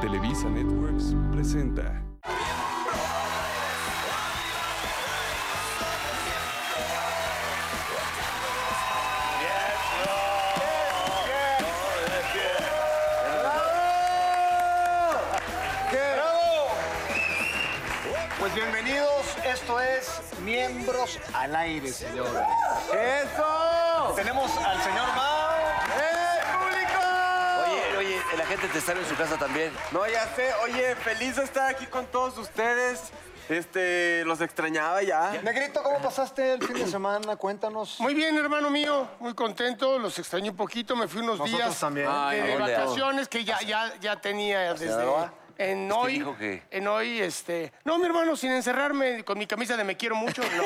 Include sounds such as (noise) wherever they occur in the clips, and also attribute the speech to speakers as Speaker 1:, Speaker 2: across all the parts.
Speaker 1: Televisa Networks presenta.
Speaker 2: Pues bienvenidos, esto es Miembros al Aire, señores.
Speaker 3: ¡Eso!
Speaker 2: Tenemos al señor Mao.
Speaker 3: ¡Eh, público!
Speaker 4: Oye, oye, la gente te está en su casa también.
Speaker 3: No, ya sé. Oye, feliz de estar aquí con todos ustedes. Este, los extrañaba ya.
Speaker 2: Negrito, ¿cómo pasaste el fin de semana? Cuéntanos.
Speaker 5: Muy bien, hermano mío, muy contento, los extrañé un poquito, me fui unos
Speaker 2: Nosotros
Speaker 5: días
Speaker 2: también.
Speaker 5: de-
Speaker 4: Ay,
Speaker 5: de,
Speaker 4: ¿a dónde?
Speaker 5: vacaciones que ya, ya, ya tenía desde
Speaker 4: daba?
Speaker 5: en hoy.
Speaker 4: dijo que-
Speaker 5: En hoy, este. No, mi hermano, sin encerrarme con mi camisa de me quiero mucho, no.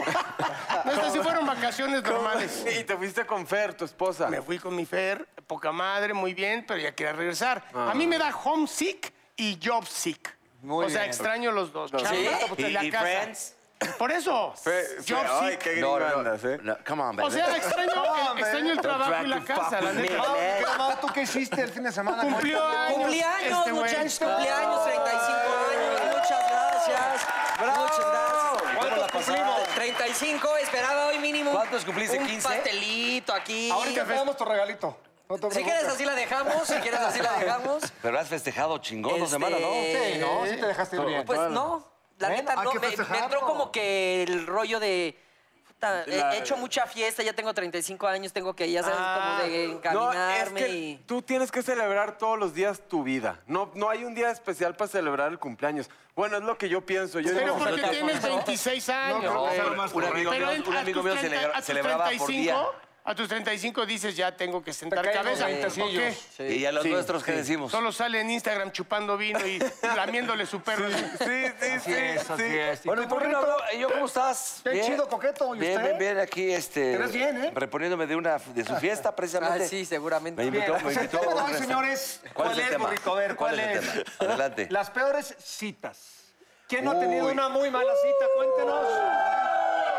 Speaker 5: no estas sí fueron vacaciones normales.
Speaker 3: (laughs) Y te fuiste con Fer, tu esposa.
Speaker 5: Me fui con mi Fer, poca madre, muy bien, pero ya quería regresar. A mí me da homesick y job sick.
Speaker 2: Muy
Speaker 5: o sea,
Speaker 2: bien.
Speaker 5: extraño los dos.
Speaker 4: ¿Sí?
Speaker 5: chamba
Speaker 4: ¿Y-
Speaker 5: la
Speaker 4: y
Speaker 5: casa.
Speaker 4: Friends?
Speaker 5: Por eso,
Speaker 3: Fe-
Speaker 5: job
Speaker 3: Fe- ay,
Speaker 5: sick.
Speaker 3: qué gringo andas, ¿eh?
Speaker 4: No, come on, baby.
Speaker 5: O sea, extraño, extraño el trabajo y la casa, la neta.
Speaker 2: Mao, ¿qué, Mao, ¿tú qué hiciste el fin de semana?
Speaker 5: Cumplió
Speaker 2: Cuéntanos.
Speaker 5: años.
Speaker 6: Cumpleaños,
Speaker 5: este güey.
Speaker 6: muchachos, cumpleaños, 35 años. Muchas gracias. Muchas gracias.
Speaker 4: ¿Cuántos
Speaker 6: ¿Cómo la pasaste? 35, esperaba hoy mínimo. un-
Speaker 4: ¿Cuántos cumpliste?
Speaker 6: Un
Speaker 4: 15?
Speaker 6: pastelito aquí.
Speaker 2: Ahorita te damos tu regalito. No te
Speaker 6: Si quieres
Speaker 2: preocupes.
Speaker 6: así la dejamos, si quieres así la
Speaker 4: (laughs)
Speaker 6: dejamos.
Speaker 4: Pero has festejado chingón
Speaker 6: Este,
Speaker 4: dos semanas, ¿no?
Speaker 2: Sí, no, sí te dejaste bien.
Speaker 6: Pues no, la
Speaker 2: Bueno,
Speaker 6: neta
Speaker 2: hay
Speaker 6: no.
Speaker 2: que
Speaker 6: Me, me
Speaker 2: festejarlo.
Speaker 6: entró como que el rollo de... puta, he- he hecho mucha fiesta, ya tengo 35 años, tengo que, ya sabes, como Ah, de encaminarme
Speaker 3: no, es Ah, que
Speaker 6: y...
Speaker 3: tú tienes que celebrar todos los días tu vida. No, no hay un día especial para celebrar el cumpleaños. Bueno, es lo que yo pienso. Yo
Speaker 5: Pero
Speaker 3: digo,
Speaker 5: porque
Speaker 3: "Puta,
Speaker 5: tienes 26 años.
Speaker 2: creo que sea lo
Speaker 5: güey.
Speaker 2: más
Speaker 4: Un amigo
Speaker 5: Pero
Speaker 4: mío-
Speaker 5: en-
Speaker 4: un
Speaker 5: a
Speaker 4: amigo
Speaker 5: tus
Speaker 4: mío
Speaker 5: 30
Speaker 4: celebra-
Speaker 5: a tus
Speaker 4: celebraba por
Speaker 5: 35,
Speaker 4: día.
Speaker 5: A tus 35 dices, ya tengo que sentar
Speaker 2: Pequeños
Speaker 5: cabeza. ¿Por
Speaker 2: ventecillos.
Speaker 5: qué?
Speaker 4: Y a los nuestros, ¿qué decimos?
Speaker 5: Solo sale en Instagram chupando vino y lamiéndole su perro.
Speaker 3: Sí, sí, sí. sí.
Speaker 4: Bueno, ¿y por qué no habló? Eh, yo, ¿Cómo estás?
Speaker 2: Qué chido, coqueto, ¿y
Speaker 4: Bien,
Speaker 2: usted?
Speaker 4: bien, bien, aquí, este...
Speaker 2: Te ves bien, ¿eh?
Speaker 4: Reponiéndome de, una, de su fiesta, precisamente.
Speaker 6: Ah, sí, seguramente.
Speaker 4: Me invitó, me
Speaker 2: Pues el
Speaker 4: invitó.
Speaker 2: tema de hoy, señores, ¿cuál,
Speaker 4: el
Speaker 2: es,
Speaker 4: tema?
Speaker 2: burrito? A ver, ¿cuál,
Speaker 4: el
Speaker 2: es?
Speaker 4: tema? Adelante.
Speaker 2: Las peores citas. ¿Quién no ha tenido
Speaker 4: Uy.
Speaker 2: una muy mala cita? Cuéntenos.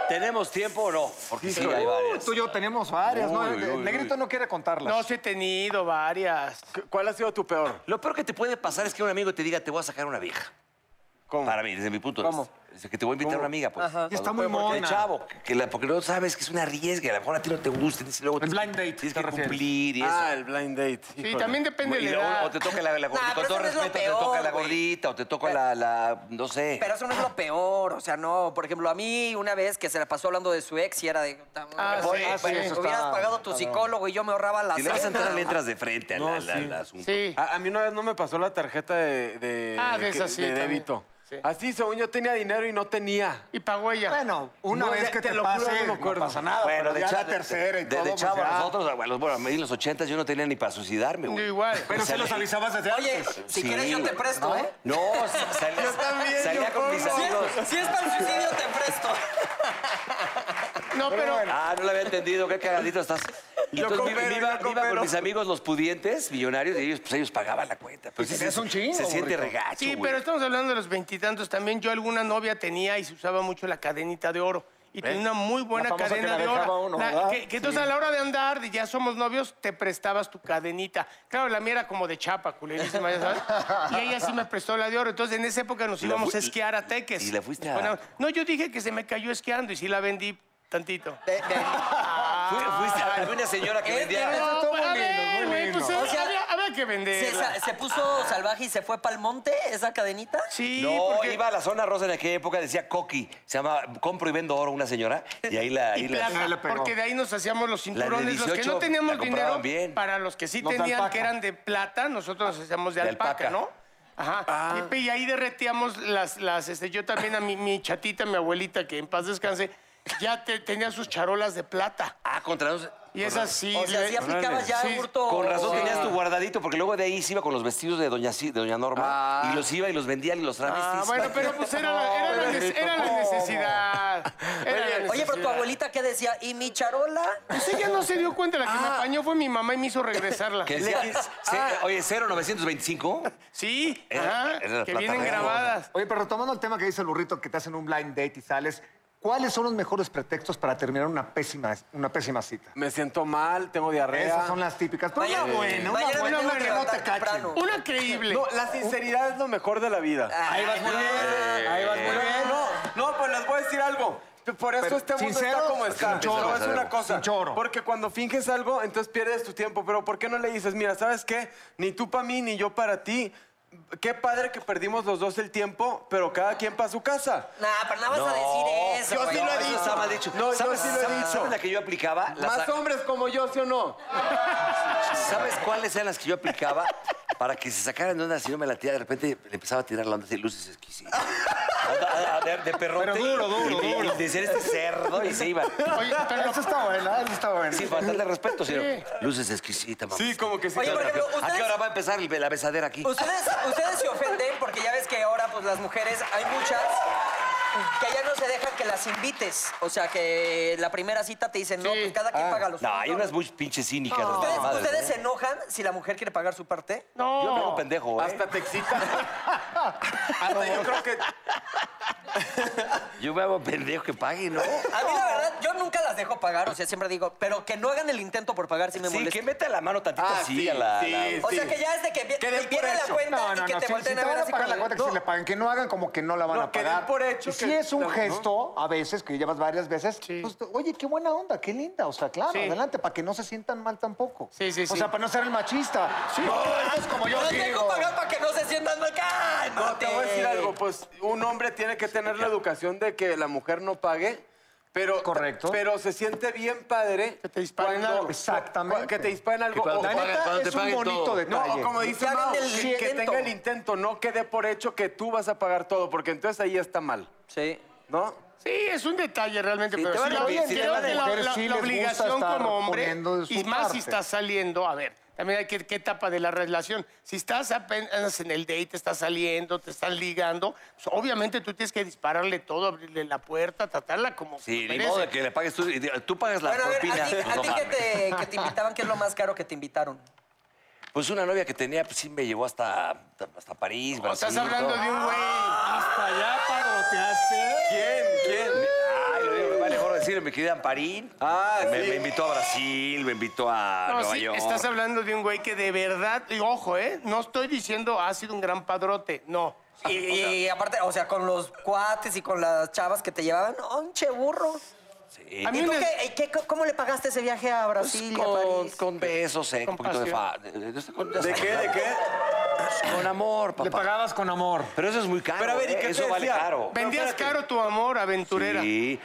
Speaker 4: ¿Tenemos tiempo o no? Porque sí, hay varias.
Speaker 2: Tú y yo tenemos varias, ¿no?
Speaker 4: Uy, uy, uy.
Speaker 2: Negrito no quiere contarlas.
Speaker 5: No, sí he tenido varias.
Speaker 3: ¿Cuál ha sido tu peor?
Speaker 4: Lo peor que te puede pasar es que un amigo te diga, te voy a sacar una vieja.
Speaker 3: ¿Cómo?
Speaker 4: Para mí, desde mi punto de vista. Es que te voy a invitar a una amiga, pues.
Speaker 2: Y está muy
Speaker 4: Porque de
Speaker 2: mona.
Speaker 4: chavo, que la- porque no sabes que es una riesga. A lo mejor a ti no te gusta. tienes- luego
Speaker 2: El
Speaker 4: tienes-
Speaker 2: blind date,
Speaker 4: Tienes
Speaker 2: ¿te
Speaker 4: que
Speaker 2: refieres?
Speaker 4: cumplir y eso.
Speaker 3: Ah, el blind date.
Speaker 5: Sí,
Speaker 3: Híjole.
Speaker 5: también depende de
Speaker 4: Y
Speaker 5: la
Speaker 4: luego-
Speaker 5: edad.
Speaker 4: o te toca la, la gordita,
Speaker 6: Nah,
Speaker 4: con
Speaker 6: pero
Speaker 4: todo
Speaker 6: eso no es lo
Speaker 4: respeto, te
Speaker 6: peor,
Speaker 4: toca la
Speaker 6: güey.
Speaker 4: gordita o te toca la, la- no sé.
Speaker 6: Pero eso no es lo peor, o sea, no, por ejemplo, a mí una vez que se la pasó hablando de su ex y era de...
Speaker 5: Ah, sí,
Speaker 6: Oye,
Speaker 5: ah, sí,
Speaker 6: hubieras
Speaker 2: eso está-
Speaker 6: pagado tu psicólogo y yo me ahorraba la
Speaker 4: si le vas a
Speaker 6: cena.
Speaker 4: entrar, le entras de frente al,
Speaker 3: No,
Speaker 4: al- al
Speaker 3: sí.
Speaker 4: asunto.
Speaker 5: Sí.
Speaker 3: A, a mí una vez no me pasó la tarjeta de, de,
Speaker 5: Ah, de esa
Speaker 3: que-
Speaker 5: sí,
Speaker 3: de
Speaker 5: también.
Speaker 3: débito.
Speaker 5: Sí.
Speaker 3: Así, según yo tenía dinero y no tenía.
Speaker 5: Y pagó ella.
Speaker 2: Bueno, una
Speaker 3: No,
Speaker 2: vez
Speaker 3: ya
Speaker 2: que
Speaker 3: te
Speaker 2: te,
Speaker 3: lo juro,
Speaker 2: pase,
Speaker 3: no me
Speaker 2: no,
Speaker 3: acuerdo.
Speaker 2: pasa nada.
Speaker 4: Bueno,
Speaker 2: Ah, pero
Speaker 4: de
Speaker 2: ya
Speaker 4: chavo,
Speaker 2: la tercera y
Speaker 4: de,
Speaker 2: todo,
Speaker 4: de
Speaker 2: pues
Speaker 4: chavo,
Speaker 2: ya.
Speaker 4: nosotros, a los, bueno, a mí en los 80 yo no tenía ni para suicidarme,
Speaker 5: Yo
Speaker 4: güey.
Speaker 5: igual.
Speaker 2: Pero sí
Speaker 4: Sale-
Speaker 2: los avisabas desde
Speaker 6: Oye,
Speaker 2: antes.
Speaker 6: si
Speaker 4: pues, Sí.
Speaker 6: quieres yo te presto, ¿eh?
Speaker 4: No, sa-
Speaker 2: (laughs)
Speaker 4: salía, salía con mis
Speaker 6: Si
Speaker 4: amigos.
Speaker 6: es, si es para el suicidio, te presto.
Speaker 5: no, pero.
Speaker 4: Ah, no lo había entendido, qué cagadito estás. Y
Speaker 3: Yo
Speaker 4: entonces me iba,
Speaker 3: coopero,
Speaker 4: me iba-
Speaker 3: yo
Speaker 4: me iba
Speaker 3: coopero.
Speaker 4: con mis amigos los pudientes, millonarios, y ellos, pues ellos pagaban la cuenta.
Speaker 3: Pues
Speaker 4: Pero sí,
Speaker 2: tenías
Speaker 4: se-
Speaker 2: un chingo,
Speaker 4: Se siente
Speaker 2: burrito.
Speaker 4: regacho,
Speaker 5: Sí,
Speaker 4: güey.
Speaker 5: pero estamos hablando de los veintitantos también. Yo alguna novia tenía y se usaba mucho la cadenita de oro. Y tenía una muy buena
Speaker 2: famosa que
Speaker 5: cadena
Speaker 2: la
Speaker 5: de
Speaker 2: dejaba
Speaker 5: oro.
Speaker 2: uno,
Speaker 5: La-
Speaker 2: ¿verdad?
Speaker 5: que, que entonces a la hora de andar, de ya somos novios, te prestabas tu cadenita. Claro, la mía era como de chapa, culerísima, ya sabes. Y ella sí me prestó la de oro. Entonces en esa época nos
Speaker 4: Y la
Speaker 5: íbamos
Speaker 4: fui-
Speaker 5: a esquiar a Teques.
Speaker 4: y la fuiste a-
Speaker 5: Bueno, no, yo dije que se me cayó esquiando y sí la vendí tantito.
Speaker 6: Ve- ve.
Speaker 4: Fui-
Speaker 5: Ah.
Speaker 4: fuiste a fue una señora que
Speaker 6: Eh,
Speaker 4: vendía.
Speaker 6: pero-
Speaker 5: No,
Speaker 2: estuvo
Speaker 5: pues, a
Speaker 2: muy lindo,
Speaker 5: ver,
Speaker 2: muy
Speaker 5: güey,
Speaker 2: lindo.
Speaker 5: pues
Speaker 6: O sea,
Speaker 5: había, había que vender.
Speaker 6: se, sa- se puso salvaje y se fue pa'l monte, esa cadenita.
Speaker 5: Sí,
Speaker 4: No,
Speaker 5: porque...
Speaker 4: iba a la zona rosa en aquella época, decía Coqui. Se llamaba Compro y Vendo Oro, una señora. Y ahí la.
Speaker 5: Y
Speaker 4: ahí la-
Speaker 5: plata,
Speaker 2: le pegó.
Speaker 5: porque de ahí nos hacíamos los
Speaker 4: de
Speaker 5: cinturones. los que
Speaker 4: 18
Speaker 5: no teníamos
Speaker 4: la compraban
Speaker 5: dinero,
Speaker 4: bien.
Speaker 5: para los que sí
Speaker 2: Los de
Speaker 5: tenían,
Speaker 2: alpaca.
Speaker 5: que eran de plata, nosotros nos hacíamos de,
Speaker 4: De
Speaker 5: alpaca,
Speaker 4: alpaca.
Speaker 5: ¿no? Ajá. Y, y ahí derretíamos las, las este, yo también a mi, mi chatita, mi abuelita, que en paz descanse, ya te- tenía sus charolas de plata.
Speaker 4: Ah, contra dos-
Speaker 5: Y es así.
Speaker 6: O sea, si aplicabas ya
Speaker 5: Sí,
Speaker 6: hurto.
Speaker 4: Con razón
Speaker 6: Sí.
Speaker 4: tenías tu guardadito, porque luego de ahí se iba con los vestidos de Doña, Ci- de Doña Norma. Y los iba y los vendía y los travestis.
Speaker 5: Ah, bueno, pero pues era, la- era la, nece- era la necesidad. Era la
Speaker 6: Oye, pero tu
Speaker 5: necesidad.
Speaker 6: abuelita, ¿qué decía? ¿Y mi charola?
Speaker 5: Pues ella no se dio cuenta, la que me apañó fue mi mamá y me hizo regresarla.
Speaker 4: (laughs) Que decía, "Ce-
Speaker 5: Ah.
Speaker 4: oye, 0925.
Speaker 5: Sí,
Speaker 4: Era-
Speaker 5: ajá,
Speaker 4: era la
Speaker 5: que
Speaker 4: plata
Speaker 5: vienen
Speaker 4: real.
Speaker 5: grabadas.
Speaker 2: Oye, pero retomando el tema que dice el burrito, que te hacen un blind date y sales, ¿cuáles son los mejores pretextos para terminar una pésima, una pésima cita?
Speaker 3: Me siento mal, tengo diarrea.
Speaker 2: Esas son las típicas. Pero una
Speaker 6: Mañana-
Speaker 2: buena, una
Speaker 6: mañana me
Speaker 2: buena,
Speaker 6: tengo
Speaker 2: una
Speaker 6: que
Speaker 2: que no te cachen.
Speaker 6: temprano.
Speaker 5: Una creíble.
Speaker 3: No, la sinceridad es lo mejor de la vida.
Speaker 6: Ahí vas muy bien, ahí vas muy bien.
Speaker 3: No, Eh, no, pues les voy a decir algo. Por eso
Speaker 2: Pero,
Speaker 3: este mundo
Speaker 2: ¿sinceros?
Speaker 3: está como está.
Speaker 4: Sin choro,
Speaker 3: Pero es una
Speaker 4: sabemos.
Speaker 3: cosa.
Speaker 2: Sin choro.
Speaker 3: Porque cuando finges algo, entonces pierdes tu tiempo. Pero ¿por qué no le dices, mira, ¿sabes qué? Ni tú para mí, ni yo para ti. Qué padre que perdimos los dos el tiempo, pero cada quien para su casa.
Speaker 6: Nah, pero nada vas a decir eso.
Speaker 3: yo sí
Speaker 6: güey.
Speaker 3: lo he
Speaker 6: No,
Speaker 3: dicho.
Speaker 6: eso está mal dicho.
Speaker 3: No, yo
Speaker 4: ¿Sabes,
Speaker 3: sí lo he
Speaker 4: sabes-
Speaker 3: dicho.
Speaker 4: sabes la que yo aplicaba? La
Speaker 3: Más
Speaker 4: sa-
Speaker 3: hombres como yo, ¿sí o no?
Speaker 4: ¿Sabes cuáles eran las que yo aplicaba? Para que se sacaran de onda, si no me la tía, de repente le empezaba a tirar la onda así,
Speaker 3: (laughs)
Speaker 4: luces exquisitas. Onda, De, de perrote.
Speaker 2: Pero duro, duro,
Speaker 4: y- y-
Speaker 2: duro.
Speaker 4: y de ser este cerdo y se iba.
Speaker 2: (laughs)
Speaker 5: Oye, pero
Speaker 2: Eso está bueno, eso está bueno.
Speaker 4: Sin faltarle respeto, señor. Luces exquisitas, mamá.
Speaker 3: Sí, como que sí.
Speaker 6: Oye, por ejemplo,
Speaker 4: ¿A qué
Speaker 6: ustedes-
Speaker 4: hora va a empezar el- la besadera aquí?
Speaker 6: Ustedes, ustedes se ofenden porque ya ves que ahora pues las mujeres, hay muchas que ya no se dejan que las invites. O sea, que la primera cita te dicen, no,
Speaker 5: Sí.
Speaker 6: pues cada
Speaker 3: Ah.
Speaker 6: quien paga los
Speaker 4: No,
Speaker 6: suyos".
Speaker 4: hay unas muy pinches cínicas. las
Speaker 6: ¿Ustedes,
Speaker 4: mamadas,
Speaker 6: ustedes
Speaker 4: ¿eh?
Speaker 6: se enojan si la mujer quiere pagar su parte?
Speaker 4: Yo me hago
Speaker 5: no.
Speaker 4: pendejo, ¿eh?
Speaker 3: Hasta te excita. Hasta yo creo que
Speaker 4: Yo me hago pendejo que pague, ¿no?
Speaker 3: Ah,
Speaker 6: A mí la verdad, yo nunca las dejo pagar, o sea, siempre digo, pero que no hagan el intento por pagar si me
Speaker 4: Sí,
Speaker 6: molesta.
Speaker 4: que meta la mano tantito
Speaker 3: Ah,
Speaker 4: así
Speaker 3: sí,
Speaker 4: a la...
Speaker 3: sí.
Speaker 4: la-
Speaker 6: O sea, que ya es de que vi-
Speaker 3: Que den por
Speaker 6: viene la
Speaker 3: hecho.
Speaker 6: cuenta
Speaker 2: No, no,
Speaker 6: y que
Speaker 2: no.
Speaker 6: te
Speaker 2: Si, si
Speaker 6: volteen
Speaker 2: te
Speaker 6: a ver
Speaker 2: van a
Speaker 6: así
Speaker 2: pagar
Speaker 6: como
Speaker 2: la
Speaker 6: de-
Speaker 2: cuenta, que si le paguen, que no hagan como que no la van
Speaker 3: No,
Speaker 2: a
Speaker 3: que den
Speaker 2: pagar.
Speaker 3: por hecho
Speaker 2: Y si
Speaker 3: que-
Speaker 2: es un
Speaker 3: ¿no?
Speaker 2: gesto, a veces, que llevas varias veces, pues, oye, qué buena onda, qué linda. O sea, claro,
Speaker 5: Sí.
Speaker 2: adelante, para que no se sientan mal tampoco.
Speaker 5: Sí, sí,
Speaker 2: O
Speaker 5: sí.
Speaker 2: sea, para no ser el machista. No, eso es como yo
Speaker 6: No
Speaker 2: digo.
Speaker 6: tengo pagar para que no se sientan mal. ¡Cálmate!
Speaker 3: No, te voy a decir algo, pues un hombre tiene que tener la educación de que la mujer no pague, pero,
Speaker 2: Correcto.
Speaker 3: pero se siente bien padre.
Speaker 5: Que te disparen
Speaker 3: cuando-
Speaker 5: algo.
Speaker 2: Exactamente.
Speaker 3: Que te disparen algo. o-
Speaker 2: La neta,
Speaker 7: cuando te
Speaker 2: es un
Speaker 7: paguen
Speaker 2: bonito
Speaker 7: todo.
Speaker 3: no,
Speaker 2: detalle.
Speaker 3: o como dice
Speaker 6: Que hagan
Speaker 3: Mao,
Speaker 6: el
Speaker 3: que, que
Speaker 6: intento.
Speaker 3: tenga el intento, no que dé por hecho que tú vas a pagar todo, porque entonces ahí está mal,
Speaker 6: Sí.
Speaker 3: ¿no?
Speaker 5: Sí, es un detalle realmente, pero
Speaker 2: van
Speaker 5: sí,
Speaker 2: a-
Speaker 5: la,
Speaker 2: hoy en
Speaker 5: creo
Speaker 2: día las
Speaker 5: que la-
Speaker 2: mujeres
Speaker 5: la-
Speaker 2: sí
Speaker 5: la
Speaker 2: les gusta
Speaker 5: obligación
Speaker 2: estar
Speaker 5: como hombre,
Speaker 2: poniendo de su
Speaker 5: y más si
Speaker 2: parte.
Speaker 5: estás saliendo, a ver, también hay que qué etapa de la relación. Si estás apenas en el date, estás saliendo, te están ligando, pues, obviamente tú tienes que dispararle todo, abrirle la puerta, tratarla como
Speaker 4: Sí, ni
Speaker 5: merece.
Speaker 4: modo de que le pagues tú. y diga, Tú pagas la
Speaker 6: Bueno, a ver,
Speaker 4: propina.
Speaker 6: a ti,
Speaker 4: Pues,
Speaker 6: a
Speaker 4: no
Speaker 6: ti que,
Speaker 4: mames.
Speaker 6: te,
Speaker 3: (laughs)
Speaker 6: que te invitaban, ¿qué es lo más caro que te invitaron?
Speaker 4: Pues una novia que tenía, pues sí me llevó hasta, hasta, hasta París,
Speaker 5: O
Speaker 4: Brasil.
Speaker 5: estás hablando
Speaker 4: todo.
Speaker 5: de un güey.
Speaker 4: Ah,
Speaker 3: ¿Quién? ¿Quién?
Speaker 4: Ay, lo digo, me vale mejor decir, me quedé en París.
Speaker 3: Ah,
Speaker 4: me,
Speaker 3: sí.
Speaker 4: me invitó a Brasil, me invitó a
Speaker 5: No,
Speaker 4: Nueva
Speaker 5: sí,
Speaker 4: York.
Speaker 5: estás hablando de un güey que de verdad, y ojo, ¿eh? No estoy diciendo ha sido un gran padrote, no.
Speaker 4: Ah,
Speaker 6: Y, y aparte, o sea, con los cuates y con las chavas que te llevaban, ¡onche burro!
Speaker 4: Sí. Pues
Speaker 5: A mí
Speaker 6: ¿Y tú
Speaker 5: me-
Speaker 6: qué, y qué- cómo le pagaste ese viaje a Brasil y a
Speaker 4: Con,
Speaker 6: París?
Speaker 4: con besos, eh, con un poquito de fa... de- de- de- con-
Speaker 3: ¿De qué? ¿De qué?
Speaker 4: Con amor, papá.
Speaker 2: pagabas con amor.
Speaker 4: Pero eso es muy caro.
Speaker 3: Pero a ver, ¿y
Speaker 4: eh,
Speaker 3: qué te
Speaker 4: Eso vale
Speaker 3: decía?
Speaker 4: caro.
Speaker 5: Vendías
Speaker 3: espérate.
Speaker 5: caro tu amor, aventurera.
Speaker 4: Sí.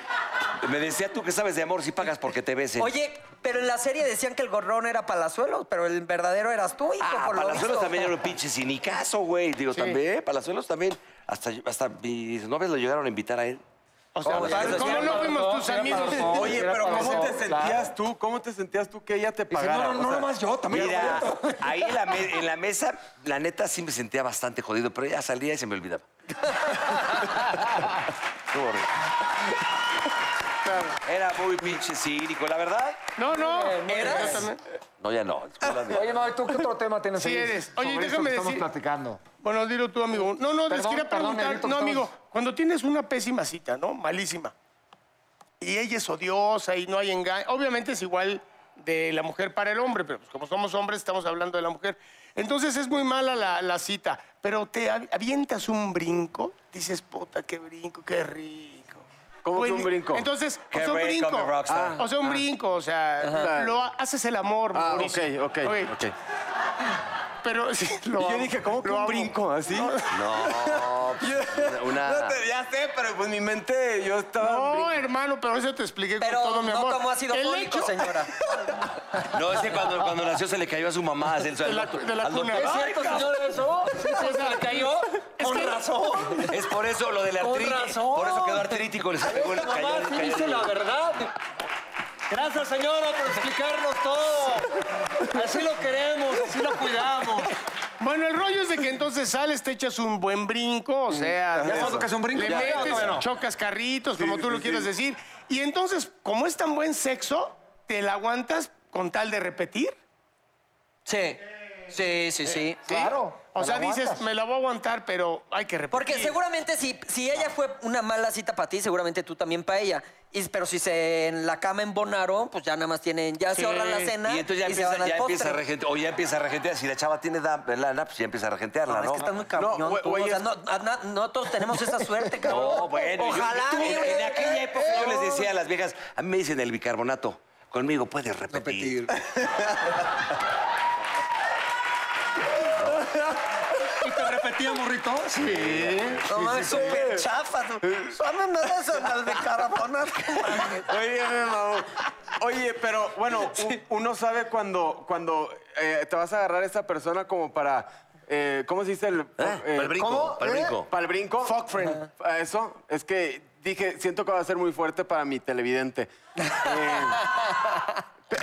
Speaker 4: Me decía tú que sabes de amor si pagas porque te besen.
Speaker 6: Oye, pero en la serie decían que el gorrón era Palazuelos, pero el verdadero eras tú, hijo,
Speaker 4: Ah,
Speaker 6: por lo
Speaker 4: Palazuelos
Speaker 6: visto.
Speaker 4: también era un pinche sinicazo, güey. Digo, también, eh, Palazuelos también. Hasta, hasta mis novias lo llegaron a invitar a él.
Speaker 5: O sea,
Speaker 6: Oye, eso sí
Speaker 5: ¿cómo
Speaker 6: era
Speaker 5: no fuimos tus amigos?
Speaker 3: Oye, pero ¿cómo te sentías tú? ¿Cómo te sentías tú que ella te pagara? O sea,
Speaker 2: yo,
Speaker 4: Mira, ahí en la, me- en la mesa, la neta sí me sentía bastante jodido, pero ya salía y se me olvidaba. Estuvo horrible. Era muy pinche cínico, la verdad.
Speaker 5: No, no.
Speaker 2: Eh,
Speaker 6: ¿Eras?
Speaker 5: Yo también.
Speaker 4: No, ya no. disculpa, Dios.
Speaker 2: Oye, Mau, ¿tú qué otro tema tienes
Speaker 5: Sí
Speaker 2: ahí
Speaker 5: eres. Oye,
Speaker 2: sobre esto
Speaker 5: déjame
Speaker 2: que estamos
Speaker 5: decir-
Speaker 2: platicando?
Speaker 5: Bueno, dilo tú, amigo. No, no, les
Speaker 2: Perdón,
Speaker 5: quería
Speaker 2: perdón,
Speaker 5: preguntar.
Speaker 2: Negrito,
Speaker 5: no,
Speaker 2: estamos-
Speaker 5: amigo, cuando tienes una pésima cita, ¿no? Malísima. Y ella es odiosa y no hay engaño. Obviamente es igual de la mujer para el hombre, pero pues como somos hombres estamos hablando de la mujer. Entonces es muy mala la, la cita, pero te av- avientas un brinco, dices, puta, qué brinco, qué rico.
Speaker 3: ¿Cómo que
Speaker 5: Buen-
Speaker 3: un brinco?
Speaker 5: Entonces,
Speaker 4: Qué
Speaker 5: o sea, un
Speaker 4: rico,
Speaker 5: brinco.
Speaker 4: mi rockstar.
Speaker 5: o sea, un brinco, o sea, lo ha- haces el amor.
Speaker 3: Ah, ok,
Speaker 5: Mauricio.
Speaker 3: ok,
Speaker 5: Oye,
Speaker 3: ok.
Speaker 5: Pero (laughs) sí, lo
Speaker 3: Y yo
Speaker 5: amo,
Speaker 3: dije, ¿cómo que
Speaker 5: lo
Speaker 3: un
Speaker 5: amo.
Speaker 3: brinco así?
Speaker 4: No, pues,
Speaker 3: No
Speaker 4: una.
Speaker 3: te- ya sé, pero pues mi mente, yo estaba...
Speaker 5: No, hermano, pero eso te expliqué
Speaker 6: Pero
Speaker 5: con todo mi amor.
Speaker 6: no como ha sido
Speaker 5: El
Speaker 6: fónico,
Speaker 5: hecho- (laughs)
Speaker 6: señora.
Speaker 4: No, es que cuando, cuando nació se le cayó a su mamá. se-
Speaker 5: De la- de la
Speaker 4: al doctor.
Speaker 5: cuna.
Speaker 6: señor, eso?
Speaker 5: O sea,
Speaker 6: Con razón.
Speaker 4: Es por eso lo de la
Speaker 6: Con
Speaker 4: artritis.
Speaker 6: razón.
Speaker 4: Por eso quedó artrítico. Le pegó el cayó, le cayó.
Speaker 6: verdad. Gracias, señora, por explicarnos todo. Así lo queremos, así lo cuidamos.
Speaker 5: Bueno, el rollo es de que entonces sales, te echas un buen brinco, o
Speaker 2: ¿Ya
Speaker 5: sea... eso.
Speaker 2: sabes lo que es un brinco?
Speaker 5: Le
Speaker 2: Ya,
Speaker 5: metes,
Speaker 2: ya, bueno.
Speaker 5: chocas carritos, como
Speaker 3: Sí,
Speaker 5: tú lo
Speaker 3: sí,
Speaker 5: quieras
Speaker 3: sí.
Speaker 5: decir. Y entonces, como es tan buen sexo, te la aguantas con tal de repetir.
Speaker 6: Sí. Sí, sí, sí.
Speaker 4: Eh,
Speaker 5: ¿sí?
Speaker 2: Claro,
Speaker 5: O
Speaker 2: te
Speaker 5: sea,
Speaker 2: la
Speaker 5: dices,
Speaker 2: aguantas.
Speaker 5: me la voy a aguantar, pero hay que repetir.
Speaker 6: Porque seguramente si, si ella fue una mala cita para ti, seguramente tú también para ella. Y- pero si se en la cama embonaron, pues ya nada más tienen, ya
Speaker 5: Sí.
Speaker 6: se ahorran la cena
Speaker 4: Y
Speaker 6: y,
Speaker 4: entonces ya,
Speaker 6: se
Speaker 4: empieza,
Speaker 6: van al
Speaker 4: ya
Speaker 6: postre.
Speaker 4: empieza a regentear. O ya empieza a regentear. Si la chava tiene da- lana, pues ya empieza a regentearla, ¿no?
Speaker 6: No, es que estás muy cabrón.
Speaker 3: No, güey,
Speaker 6: tú,
Speaker 3: güey,
Speaker 6: o sea,
Speaker 3: es-
Speaker 6: no, a- na- no todos tenemos esa suerte, cabrón.
Speaker 4: No, bueno. yo-
Speaker 6: Ojalá. eh,
Speaker 4: tú,
Speaker 6: güey.
Speaker 4: en aquella época yo les decía a las viejas, a mí me dicen el bicarbonato. Conmigo puedes repetir.
Speaker 7: ¿Y te repetía, morrito?
Speaker 6: No mames, súper chafa.
Speaker 4: "Eh,
Speaker 6: tú. Suena nada esas las de caraponas.
Speaker 3: Oye, me mamó. Oye, pero bueno, u- uno sabe cuando, cuando eh, te vas a agarrar a esa persona como para. eh, ¿Cómo se dice el.
Speaker 4: ¿Eh?
Speaker 3: eh,
Speaker 4: Pa'l brinco,
Speaker 2: ¿cómo?
Speaker 4: pa'l
Speaker 2: ¿Eh?
Speaker 4: brinco.
Speaker 3: ¿Para el brinco? Fuck friend. Eso, es que dije, siento que va a ser muy fuerte para mi televidente. Eh,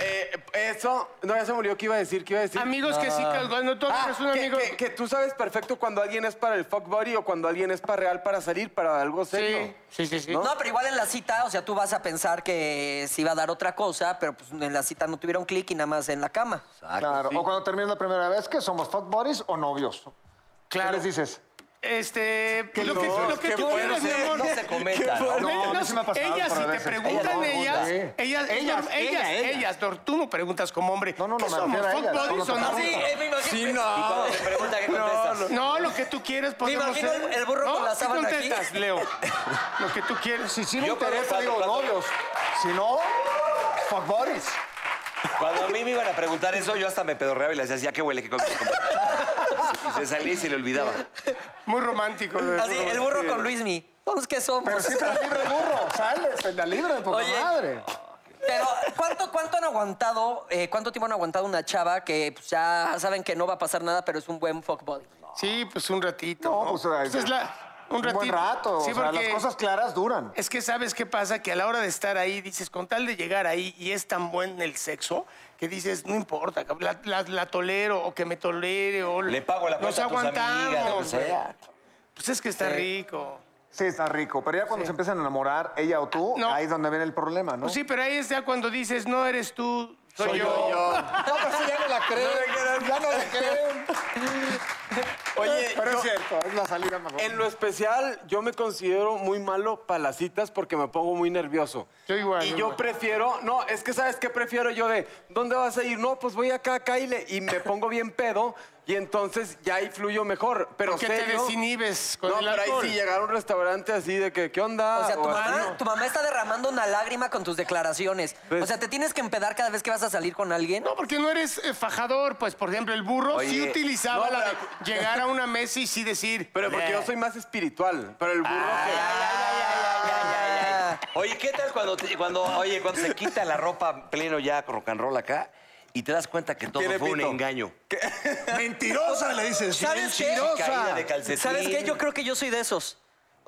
Speaker 3: eh, eso, no, ya se murió, ¿qué iba a decir? ¿Qué iba a decir?
Speaker 5: Amigos que sí, que cuando tú
Speaker 3: Ah,
Speaker 5: eres un
Speaker 3: que,
Speaker 5: amigo...
Speaker 3: que- que tú sabes perfecto cuando alguien es para el fuck buddy o cuando alguien es para real para salir, para algo serio.
Speaker 5: Sí, sí, sí. sí.
Speaker 6: No, pero igual en la cita, o sea, tú vas a pensar que se iba a dar otra cosa, pero pues en la cita no tuvieron clic y nada más en la cama.
Speaker 2: Claro, o cuando terminas la primera vez, que somos fuck buddies o novios.
Speaker 5: Claro.
Speaker 2: ¿Qué les dices?
Speaker 5: Este, lo que,
Speaker 3: no,
Speaker 5: lo que
Speaker 3: qué
Speaker 5: tú
Speaker 3: fuerte,
Speaker 5: quieras, mi amor.
Speaker 4: No se comenta. ¿no?
Speaker 2: No, a mí sí me ha pasado
Speaker 5: ellas,
Speaker 2: por
Speaker 5: si te
Speaker 2: veces. Ella
Speaker 5: preguntan ellas,
Speaker 2: no,
Speaker 5: ellas, ellas, ellas,
Speaker 7: Ellas, ella,
Speaker 5: ellas,
Speaker 7: ella.
Speaker 5: no, tú no preguntas como hombre.
Speaker 2: No, no, no,
Speaker 5: ¿Qué
Speaker 2: me
Speaker 5: somos?
Speaker 2: refiero a
Speaker 5: ¿Fuck
Speaker 2: ellas,
Speaker 5: buddies
Speaker 2: cuando te
Speaker 5: o no? (laughs)
Speaker 2: preguntan.
Speaker 6: Ah, eh, me imagino.
Speaker 7: Sí, no.
Speaker 4: Y cuando te pregunta qué contestas.
Speaker 5: No, lo que tú quieres podemos
Speaker 6: imagino
Speaker 5: ser.
Speaker 6: el- el burro
Speaker 5: No,
Speaker 6: con la
Speaker 5: ¿qué
Speaker 6: sábana aquí?
Speaker 5: contestas,
Speaker 6: (laughs)
Speaker 5: Leo? Lo que tú quieres.
Speaker 2: Si sí me
Speaker 4: Yo
Speaker 2: interesa,
Speaker 4: cuando-
Speaker 2: digo
Speaker 4: cuando-
Speaker 2: novios. Si no, fuck buddies.
Speaker 4: Cuando a mí me iban a preguntar eso, yo hasta me pedorreaba y le decía, ya qué huele,
Speaker 6: (laughs)
Speaker 4: qué comes. Y se salía y se le olvidaba.
Speaker 5: Muy romántico. Leo,
Speaker 6: Así,
Speaker 5: muy
Speaker 6: el
Speaker 5: romántico.
Speaker 6: burro con Luismi. Entonces, ¿qué somos?
Speaker 2: Pero si te la libra el burro, sale, se la libra de poca
Speaker 6: Oye.
Speaker 2: madre.
Speaker 6: Pero, ¿cuánto, cuánto han aguantado, eh, cuánto tiempo han aguantado una chava que pues, ya saben que no va a pasar nada, pero es un buen fuck buddy?
Speaker 5: Sí, pues un ratito.
Speaker 2: No, pues, ay,
Speaker 5: es la- un
Speaker 2: Un
Speaker 5: ratito.
Speaker 2: buen rato.
Speaker 5: Sí,
Speaker 2: o sea, las
Speaker 5: porque-
Speaker 2: cosas claras duran.
Speaker 5: Es que sabes qué pasa, que a la hora de estar ahí, dices, con tal de llegar ahí y es tan buen el sexo, que dices, no importa, cab- la, la- la tolero o que me tolere o...
Speaker 4: Le pago la
Speaker 5: Nos
Speaker 4: cuenta a tus amigas, lo que
Speaker 5: aguantamos.
Speaker 4: sea.
Speaker 5: Pues es que está rico.
Speaker 2: Sí, está rico. Pero ya cuando se empiezan a enamorar, ella o tú,
Speaker 5: No.
Speaker 2: ahí es donde viene el problema, ¿no?
Speaker 5: Pues sí, pero ahí es ya cuando dices, no eres tú, soy, yo.
Speaker 2: No, pero sí, ya no la creen. ya no la creen.
Speaker 3: Oye,
Speaker 2: Pero
Speaker 3: yo-
Speaker 2: es cierto, es la salida mejor.
Speaker 3: En lo especial, yo me considero muy malo para las citas porque me pongo muy nervioso.
Speaker 5: Yo igual,
Speaker 3: Y
Speaker 5: yo
Speaker 3: yo
Speaker 5: igual.
Speaker 3: prefiero, no, es que ¿sabes qué prefiero yo de? ¿Dónde vas a ir? No, pues voy acá, acá y, le- y me pongo bien pedo y entonces ya ahí fluyo mejor. Pero
Speaker 5: Porque te
Speaker 3: serio-
Speaker 5: desinhibes con
Speaker 3: No,
Speaker 5: el
Speaker 3: pero ahí
Speaker 5: alcohol.
Speaker 3: sí llegar a un restaurante así de que, ¿qué onda?
Speaker 6: O sea, tu
Speaker 3: O así,
Speaker 6: mamá,
Speaker 3: ¿no?
Speaker 6: tu mamá está derramando una lágrima con tus declaraciones.
Speaker 3: Pues-
Speaker 6: O sea, te tienes que empedar cada vez que vas a salir con alguien.
Speaker 5: No, porque no eres eh, fajador, pues, por ejemplo, el burro sí
Speaker 4: Oye,
Speaker 5: utilizaba
Speaker 3: no,
Speaker 5: la de
Speaker 3: pero-
Speaker 5: llegar a una mesa y sí decir...
Speaker 3: Pero porque yo soy más espiritual, pero el burro
Speaker 6: Ah,
Speaker 4: Oye, ¿qué tal cuando, te- cuando, oye, cuando se quita la ropa pleno ya con rock and roll acá y te das cuenta que todo
Speaker 3: Tiene
Speaker 4: fue un
Speaker 3: pito.
Speaker 4: engaño?
Speaker 7: Mentirosa, le dices.
Speaker 6: ¿Sabes qué?
Speaker 4: Y caída de calcetín.
Speaker 6: ¿Sabes qué? Yo creo que yo soy de esos.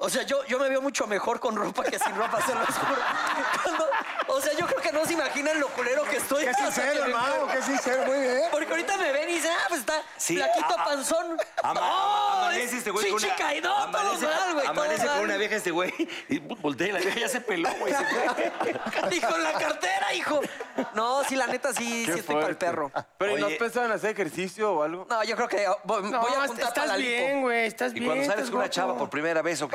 Speaker 6: O sea, yo, yo me veo mucho mejor con ropa que sin ropa, se los juro. (laughs) Cuando- o sea, yo creo que no se imaginan lo culero que estoy. (laughs)
Speaker 2: Qué
Speaker 6: hasta que
Speaker 2: sincero,
Speaker 6: me-
Speaker 2: hermano, qué sincero, muy bien.
Speaker 6: Porque ahorita me ven y dicen, ah, pues está
Speaker 4: Sí,
Speaker 6: flaquito
Speaker 4: a- a-
Speaker 6: panzón.
Speaker 4: Ama-
Speaker 6: ¡Oh!
Speaker 4: amanece este güey. con
Speaker 6: Chichi
Speaker 4: una-
Speaker 6: caído, todo
Speaker 4: amanece-
Speaker 6: mal, güey. todo
Speaker 4: Amanece
Speaker 6: mal.
Speaker 4: con una vieja este güey y put, voltea y la vieja ya se peló, güey. se fue.
Speaker 6: (laughs) Y con la cartera, hijo. No, sí, la neta, sí, sí estoy para el perro.
Speaker 3: que... Pero ¿y no has
Speaker 4: Oye.
Speaker 3: pensado en hacer ejercicio o algo?
Speaker 6: No, yo creo que voy,
Speaker 5: No,
Speaker 6: voy
Speaker 5: est-
Speaker 6: a apuntar para la
Speaker 5: estás
Speaker 6: lipo.
Speaker 5: bien, güey, estás
Speaker 4: (laughs) Y
Speaker 5: bien.
Speaker 4: cuando sales
Speaker 5: estás
Speaker 4: con una
Speaker 5: guapo.
Speaker 4: chava por primera vez, ¿ok?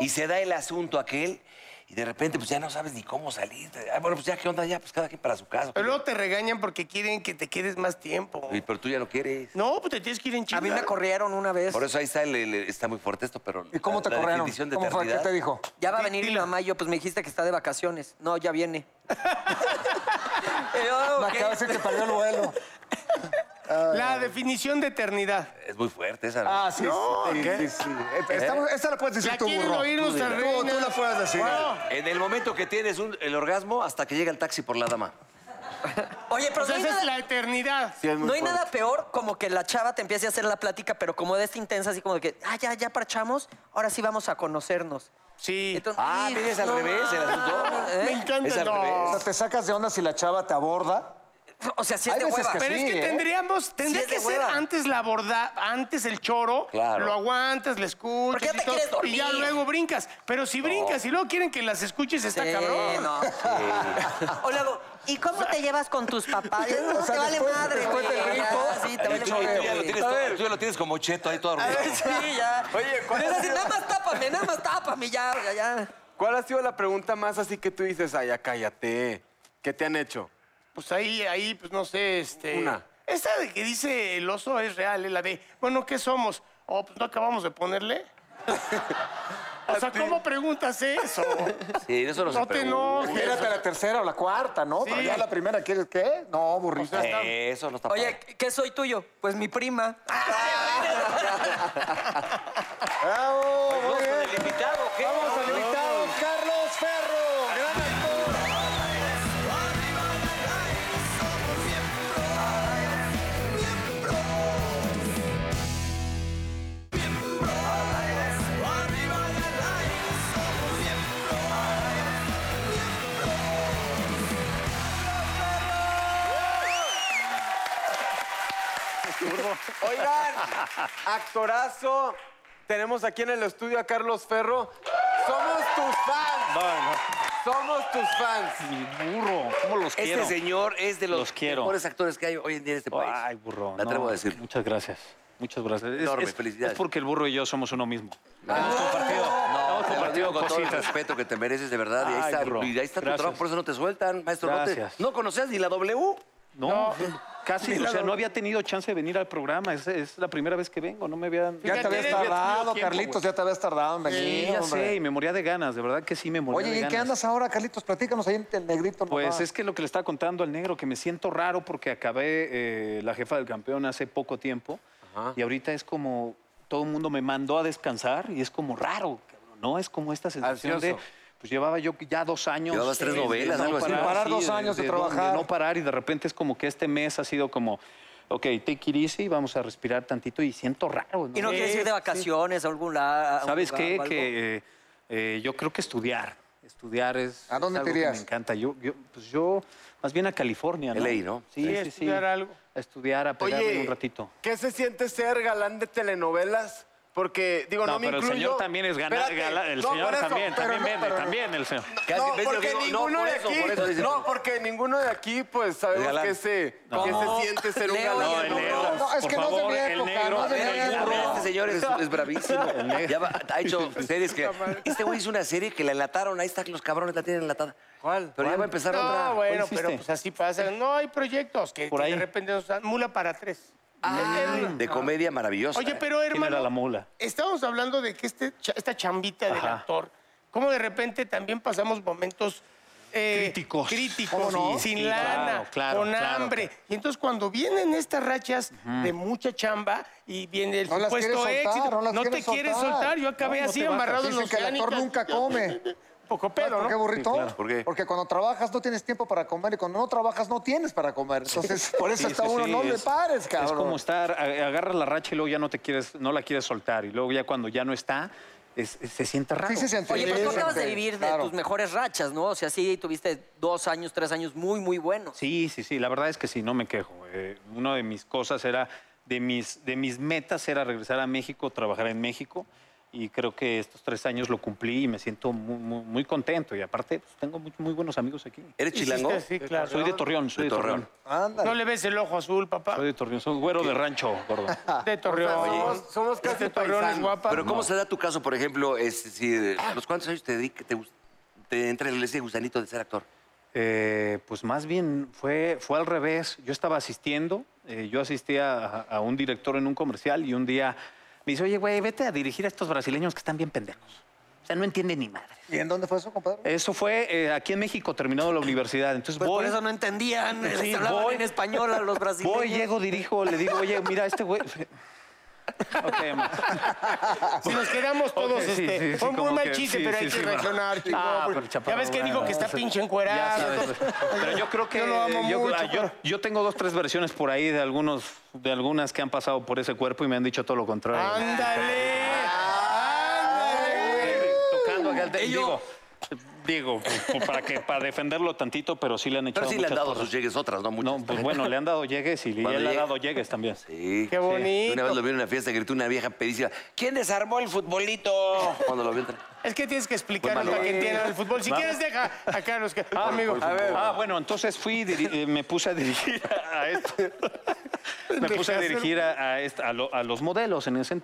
Speaker 4: y se da el asunto aquel y de repente pues ya no sabes ni cómo salir. Ah, bueno, pues ya, ¿qué onda? Ya, pues cada quien para su casa.
Speaker 5: Pero luego te regañan porque quieren que te quedes más tiempo.
Speaker 4: Uy, pero tú ya no quieres.
Speaker 5: No, pues te tienes que ir en chinga.
Speaker 6: A mí me corrieron una vez.
Speaker 4: Por eso ahí está, el- el- está muy fuerte esto, pero...
Speaker 2: ¿Y cómo te
Speaker 4: la- la
Speaker 2: corrieron?
Speaker 4: definición de
Speaker 2: ¿Cómo fue? ¿Qué
Speaker 4: eternidad.
Speaker 2: te dijo?
Speaker 6: Ya va a venir mi mamá y yo, pues me dijiste que está de vacaciones. No, ya viene. Y yo,
Speaker 2: Me
Speaker 6: ok.
Speaker 2: acaba de decir que perdió el vuelo.
Speaker 5: La definición de eternidad.
Speaker 4: Es muy fuerte esa. ¿no?
Speaker 2: Ah, sí, sí, sí, sí. Estamos- esta la puedes decir
Speaker 5: La
Speaker 2: tú,
Speaker 5: quieren
Speaker 2: burro.
Speaker 5: oír nuestra
Speaker 2: Tú-
Speaker 5: reina.
Speaker 2: Tú la puedes decir.
Speaker 5: Bueno,
Speaker 4: En el momento que tienes un- el orgasmo hasta que llega el taxi por la dama.
Speaker 6: Oye, pero
Speaker 5: o sea,
Speaker 6: no hay
Speaker 5: esa es
Speaker 6: nada-
Speaker 5: la eternidad.
Speaker 3: Sí, es muy
Speaker 6: No hay
Speaker 3: fuerte.
Speaker 6: nada peor como que la chava te empiece a hacer la plática, pero como de esta intensa, así como de que, ah, ya, ya parchamos, ahora sí vamos a conocernos.
Speaker 5: Sí.
Speaker 6: Entonces,
Speaker 4: Ah,
Speaker 6: y-
Speaker 4: mira, es al
Speaker 6: no
Speaker 4: revés el asunto.
Speaker 6: mames, ¿eh?
Speaker 5: Me encanta.
Speaker 4: Es al
Speaker 5: no.
Speaker 2: O
Speaker 4: revés.
Speaker 2: sea, te sacas de onda si la chava te aborda.
Speaker 6: O sea, sí es
Speaker 2: Hay
Speaker 6: de
Speaker 2: veces
Speaker 6: hueva.
Speaker 2: que
Speaker 5: Pero
Speaker 2: Sí,
Speaker 5: es que
Speaker 2: ¿eh?
Speaker 5: tendríamos, tendría
Speaker 6: Sí, es
Speaker 5: que
Speaker 6: de
Speaker 5: ser
Speaker 6: hueva.
Speaker 5: antes la borda, antes el choro,
Speaker 4: Claro.
Speaker 5: lo aguantas, la escuchas
Speaker 6: Porque ya te
Speaker 5: y, todo,
Speaker 6: quieres dormir.
Speaker 5: y ya luego brincas. Pero si brincas y luego quieren que las escuches, está
Speaker 6: Sí,
Speaker 5: cabrón.
Speaker 6: no. O luego,
Speaker 8: ¿Y cómo te llevas con tus papás? No te vale madre, güey. Ya, Sí, te
Speaker 4: Oye,
Speaker 8: vale
Speaker 4: tú, tú ya lo
Speaker 8: madre.
Speaker 4: tienes todo, tú ya lo tienes como cheto ahí todo arrugado.
Speaker 8: Sí, ya.
Speaker 3: Oye, ¿cuál
Speaker 8: Es
Speaker 3: ha
Speaker 8: así,
Speaker 3: sido-
Speaker 8: nada más tápame, nada más tápame, ya, ya, ya.
Speaker 3: ¿Cuál ha sido la pregunta más así que tú dices, ay, ya cállate? ¿Qué te han hecho?
Speaker 5: Pues ahí, ahí, pues no sé, este.
Speaker 3: Una.
Speaker 5: Esta de que dice el oso es real, es la de, bueno, ¿qué somos? Oh, pues no acabamos de
Speaker 4: (laughs)
Speaker 5: ponerle. o sea, ¿cómo preguntas eso?
Speaker 4: Sí, eso no,
Speaker 5: no te enojes.
Speaker 2: Espérate la tercera o la cuarta, ¿no?
Speaker 5: Sí.
Speaker 2: Pero ya la primera, ¿quieres qué? No, aburrido.
Speaker 4: Eso no está
Speaker 6: Oye,
Speaker 4: padre.
Speaker 6: ¿qué soy tuyo? Pues mi prima.
Speaker 2: ¡Bravo! Muy
Speaker 4: Pues ¿Con
Speaker 2: bien.
Speaker 4: el invitado o qué? Este
Speaker 2: Vamos al invitado, Carlos Ferro. Gran actor.
Speaker 3: Oigan, actorazo, tenemos aquí en el estudio a Carlos Ferro. Somos tus fans. Somos tus fans.
Speaker 9: burro, ¿cómo los
Speaker 4: Este
Speaker 9: quiero?
Speaker 4: señor es de los,
Speaker 9: Los quiero.
Speaker 4: mejores actores que hay hoy en día en este país.
Speaker 9: Ay, burro.
Speaker 4: Me atrevo
Speaker 9: no,
Speaker 4: a decirlo.
Speaker 9: Muchas gracias. Muchas gracias. Es-
Speaker 4: Enorme,
Speaker 9: es,
Speaker 4: felicidades.
Speaker 9: Es porque el burro y yo somos uno mismo.
Speaker 4: Hemos compartido. No, te lo digo
Speaker 9: Hemos compartido
Speaker 4: con todo el
Speaker 9: cositas.
Speaker 4: respeto que te mereces, de verdad. y ahí
Speaker 9: Ay,
Speaker 4: está,
Speaker 9: bro.
Speaker 4: y ahí está tu
Speaker 9: Gracias.
Speaker 4: trabajo, por eso no te sueltan, maestro. No, te,
Speaker 9: Gracias.
Speaker 4: no conocías ni la W.
Speaker 9: No, (laughs) casi,
Speaker 2: Mira,
Speaker 9: o sea,
Speaker 2: no-
Speaker 9: no había tenido chance de venir al programa. Es, es la primera vez que vengo, no me habían...
Speaker 2: Ya te
Speaker 5: Fíjate,
Speaker 2: habías
Speaker 5: eres bien
Speaker 2: tardado,
Speaker 5: tenido tiempo,
Speaker 2: Carlitos,
Speaker 5: güey.
Speaker 2: ya te habías tardado en venir.
Speaker 9: Sí, ya
Speaker 2: hombre.
Speaker 9: sé, y me moría de ganas, de verdad que sí me moría
Speaker 2: Oye, ¿y
Speaker 9: de
Speaker 2: en qué
Speaker 9: ganas.
Speaker 2: andas ahora, Carlitos? Platícanos ahí en el negrito.
Speaker 9: Pues
Speaker 2: nomás.
Speaker 9: es que lo que le estaba contando al negro, que me siento raro porque acabé eh, la jefa del campeón hace poco tiempo y ahorita es como todo el mundo me mandó a descansar y es como raro, cabrón, ¿no? Es como esta sensación
Speaker 3: Ansioso.
Speaker 9: de... Pues llevaba yo ya dos años. eh,
Speaker 4: Llevabas tres novelas, algo así.
Speaker 2: Sin parar dos años de
Speaker 9: no-
Speaker 2: trabajar.
Speaker 9: no parar y de repente es como que este mes ha sido como, ok, take it easy, vamos a respirar tantito y siento raro.
Speaker 6: ¿Y no
Speaker 9: Sí,
Speaker 6: quieres ir de vacaciones a algún lado?
Speaker 9: ¿Sabes qué? Que eh, eh, yo creo que estudiar. Estudiar es.
Speaker 2: ¿A dónde
Speaker 9: es
Speaker 2: te
Speaker 9: algo que
Speaker 2: irías?
Speaker 9: Me encanta. Yo, yo, pues yo, más bien a California, ¿no?
Speaker 4: LA, ¿no?
Speaker 9: Sí, sí, sí.
Speaker 5: estudiar algo.
Speaker 9: A estudiar, a pegarme
Speaker 3: Oye,
Speaker 9: un ratito.
Speaker 3: ¿qué se siente ser galán de telenovelas? Porque, digo, no,
Speaker 9: No,
Speaker 3: me
Speaker 9: pero
Speaker 3: incluyo.
Speaker 9: el señor también es gana-
Speaker 3: Espérate,
Speaker 9: gala- El
Speaker 3: no,
Speaker 9: señor
Speaker 3: por eso,
Speaker 9: también,
Speaker 3: pero
Speaker 9: también
Speaker 3: no,
Speaker 9: vende,
Speaker 3: pero no.
Speaker 9: también el señor.
Speaker 3: No,
Speaker 4: ¿Qué-
Speaker 3: no,
Speaker 4: ves lo
Speaker 3: porque
Speaker 4: que digo? No,
Speaker 3: ninguno
Speaker 4: por
Speaker 3: de
Speaker 4: eso,
Speaker 3: aquí,
Speaker 4: por eso dice-
Speaker 3: no, porque ninguno de aquí, pues,
Speaker 4: Es
Speaker 3: sabemos
Speaker 4: galán.
Speaker 3: que se,
Speaker 9: No.
Speaker 3: que se siente ser un
Speaker 6: Leo,
Speaker 3: galán.
Speaker 6: No,
Speaker 3: de
Speaker 6: el
Speaker 9: Leo,
Speaker 3: novela.
Speaker 2: No, es
Speaker 9: por
Speaker 2: que no es de mi
Speaker 9: favor, el
Speaker 2: época,
Speaker 9: negro,
Speaker 2: no es de
Speaker 9: el
Speaker 2: mi época.
Speaker 9: burro.
Speaker 4: Este señor es, es
Speaker 5: (laughs)
Speaker 4: bravísimo. Ya va- ha hecho series que. Este güey hizo una serie que la enlataron. Ahí está, los cabrones la tienen enlatada.
Speaker 3: ¿Cuál?
Speaker 4: Pero ya va a empezar otra.
Speaker 5: No, bueno,
Speaker 9: ¿Cuál
Speaker 5: pero
Speaker 9: hiciste?
Speaker 5: pues así pasa. No hay proyectos que,
Speaker 9: Por
Speaker 5: que
Speaker 9: ahí.
Speaker 5: de repente nos dan mula para tres.
Speaker 4: Ah, De comedia maravillosa. eh.
Speaker 5: Oye, pero
Speaker 9: Pues, eh, ¿Quién era
Speaker 5: hermano,
Speaker 9: la mula?
Speaker 5: estábamos hablando de que este, cha- esta chambita del
Speaker 9: Ajá.
Speaker 5: actor, cómo de repente también pasamos momentos eh,
Speaker 9: Críticos.
Speaker 5: críticos,
Speaker 9: ¿Cómo no?
Speaker 5: sin
Speaker 9: Sí,
Speaker 5: lana,
Speaker 9: claro, claro,
Speaker 5: con
Speaker 9: claro.
Speaker 5: hambre. Y entonces cuando vienen estas rachas de mucha chamba y viene el
Speaker 2: No las
Speaker 5: supuesto
Speaker 2: quieres
Speaker 5: éxito,
Speaker 2: soltar, no las
Speaker 5: te
Speaker 2: quieres
Speaker 5: quieres
Speaker 2: soltar.
Speaker 5: soltar. Yo acabé
Speaker 9: No, no
Speaker 5: así
Speaker 9: te bajas.
Speaker 5: amarrado en
Speaker 2: Dicen
Speaker 5: los
Speaker 2: que el actor
Speaker 5: Yánicas.
Speaker 2: nunca
Speaker 5: (laughs)
Speaker 2: come.
Speaker 5: Poco
Speaker 2: ¿Por
Speaker 5: pedo,
Speaker 2: qué
Speaker 5: ¿no?
Speaker 2: burrito?
Speaker 9: Sí, claro.
Speaker 4: ¿Por qué?
Speaker 2: Porque cuando trabajas no tienes tiempo para comer y cuando no trabajas no tienes para comer. Entonces, por eso
Speaker 9: Sí,
Speaker 2: hasta
Speaker 9: sí,
Speaker 2: uno
Speaker 9: sí,
Speaker 2: no le
Speaker 9: es-
Speaker 2: pares, cabrón.
Speaker 9: Es como estar, a- agarras la racha y luego ya no te quieres, no la quieres soltar. Y luego ya cuando ya no está, es- es- se siente raro.
Speaker 2: Sí, se siente.
Speaker 6: Oye, pero tú acabas de
Speaker 2: Sí,
Speaker 6: vivir de
Speaker 2: claro.
Speaker 6: tus mejores rachas, ¿no? O sea, sí tuviste dos años, tres años muy, muy buenos.
Speaker 9: Sí, sí, sí, la verdad es que sí, no me quejo. Eh, una de mis cosas era, de mis, de mis metas era regresar a México, trabajar en México. Y creo que estos tres años lo cumplí y me siento muy, muy, muy contento. Y aparte, pues, tengo muy, muy buenos amigos aquí.
Speaker 4: ¿Eres chilango?
Speaker 5: Sí, claro.
Speaker 9: Soy de Torreón, soy
Speaker 4: De
Speaker 9: de Torreón.
Speaker 4: Torreón.
Speaker 2: Ándale.
Speaker 5: No le ves el ojo azul, papá.
Speaker 9: Soy de Torreón, soy güero de rancho, gordo.
Speaker 5: De Torreón.
Speaker 3: somos- somos casi
Speaker 5: de Este Torreón es
Speaker 3: paisanos.
Speaker 5: guapa. Ah.
Speaker 4: Pero ¿cómo se da tu caso, por ejemplo, es, si, a los cuántos años te, dedica- te, gus- te entra en ese gusanito de ser actor?
Speaker 9: Eh, pues más bien fue, fue al revés. Yo estaba asistiendo, eh, yo asistía a, a un director en un comercial y un día me dice, oye, güey, vete a dirigir a estos brasileños que están bien pendejos. O sea, no entienden ni madre.
Speaker 2: ¿Y en dónde fue eso, compadre?
Speaker 9: Eso fue eh, aquí en México, terminado la universidad. Entonces
Speaker 6: Pues
Speaker 9: voy,
Speaker 6: por eso no entendían, les
Speaker 9: Sí,
Speaker 6: hablaban
Speaker 9: voy.
Speaker 6: en español a los brasileños.
Speaker 9: voy, llego, dirijo, le digo, oye, mira, este güey... (laughs) Ok, ma.
Speaker 5: Si nos quedamos todos,
Speaker 9: Ok, sí,
Speaker 5: este,
Speaker 9: sí, sí,
Speaker 5: fue muy
Speaker 9: como
Speaker 5: mal
Speaker 9: que-
Speaker 5: chiste,
Speaker 9: sí,
Speaker 5: pero
Speaker 9: sí,
Speaker 5: hay
Speaker 9: sí,
Speaker 5: que
Speaker 9: ma.
Speaker 5: reaccionar. chico,
Speaker 9: Ah,
Speaker 5: porque-
Speaker 9: pero
Speaker 5: ya
Speaker 9: chaparro,
Speaker 5: ves que dijo
Speaker 9: bueno,
Speaker 5: que está
Speaker 9: o sea,
Speaker 5: pinche
Speaker 9: Ya
Speaker 5: encuerado.
Speaker 9: sabes,
Speaker 5: entonces-
Speaker 9: Pero yo creo que
Speaker 5: Yo lo amo
Speaker 9: yo,
Speaker 5: mucho,
Speaker 9: ah, yo-
Speaker 5: pero-
Speaker 9: yo tengo dos, tres versiones por ahí de algunos, de algunas que han pasado por ese cuerpo y me han dicho todo lo contrario.
Speaker 5: Ah, Ándale.
Speaker 9: Tocando acá el te-
Speaker 6: Y yo-
Speaker 9: digo, Digo, pues, pues, para que para defenderlo tantito, pero sí le han echado
Speaker 4: Pero sí le han
Speaker 9: muchas
Speaker 4: dado
Speaker 9: porras.
Speaker 4: sus llegues otras, ¿no? Muchas.
Speaker 9: No, pues bueno, le han dado llegues y
Speaker 4: Cuando
Speaker 9: ya le ha
Speaker 4: llegue-
Speaker 9: dado llegues también.
Speaker 4: Sí.
Speaker 5: Qué bonito.
Speaker 4: Una vez lo vi en una fiesta, gritó una vieja pedísima, ¿quién desarmó el futbolito?
Speaker 5: (laughs)
Speaker 4: Cuando lo vi entrar.
Speaker 5: Es que tienes que explicar
Speaker 4: Fue malo.
Speaker 5: ahorita que entiendan el fútbol. Si
Speaker 9: Ah, Vamos.
Speaker 5: quieres, deja a Carlos. Que... amigo,
Speaker 4: por
Speaker 5: a ver.
Speaker 9: Ah, bueno, entonces fui, diri- eh, me puse a dirigir a
Speaker 5: (laughs)
Speaker 9: esto. me puse a
Speaker 5: Dejaste-
Speaker 9: dirigir a, a est- a lo- a los modelos en ese entonces.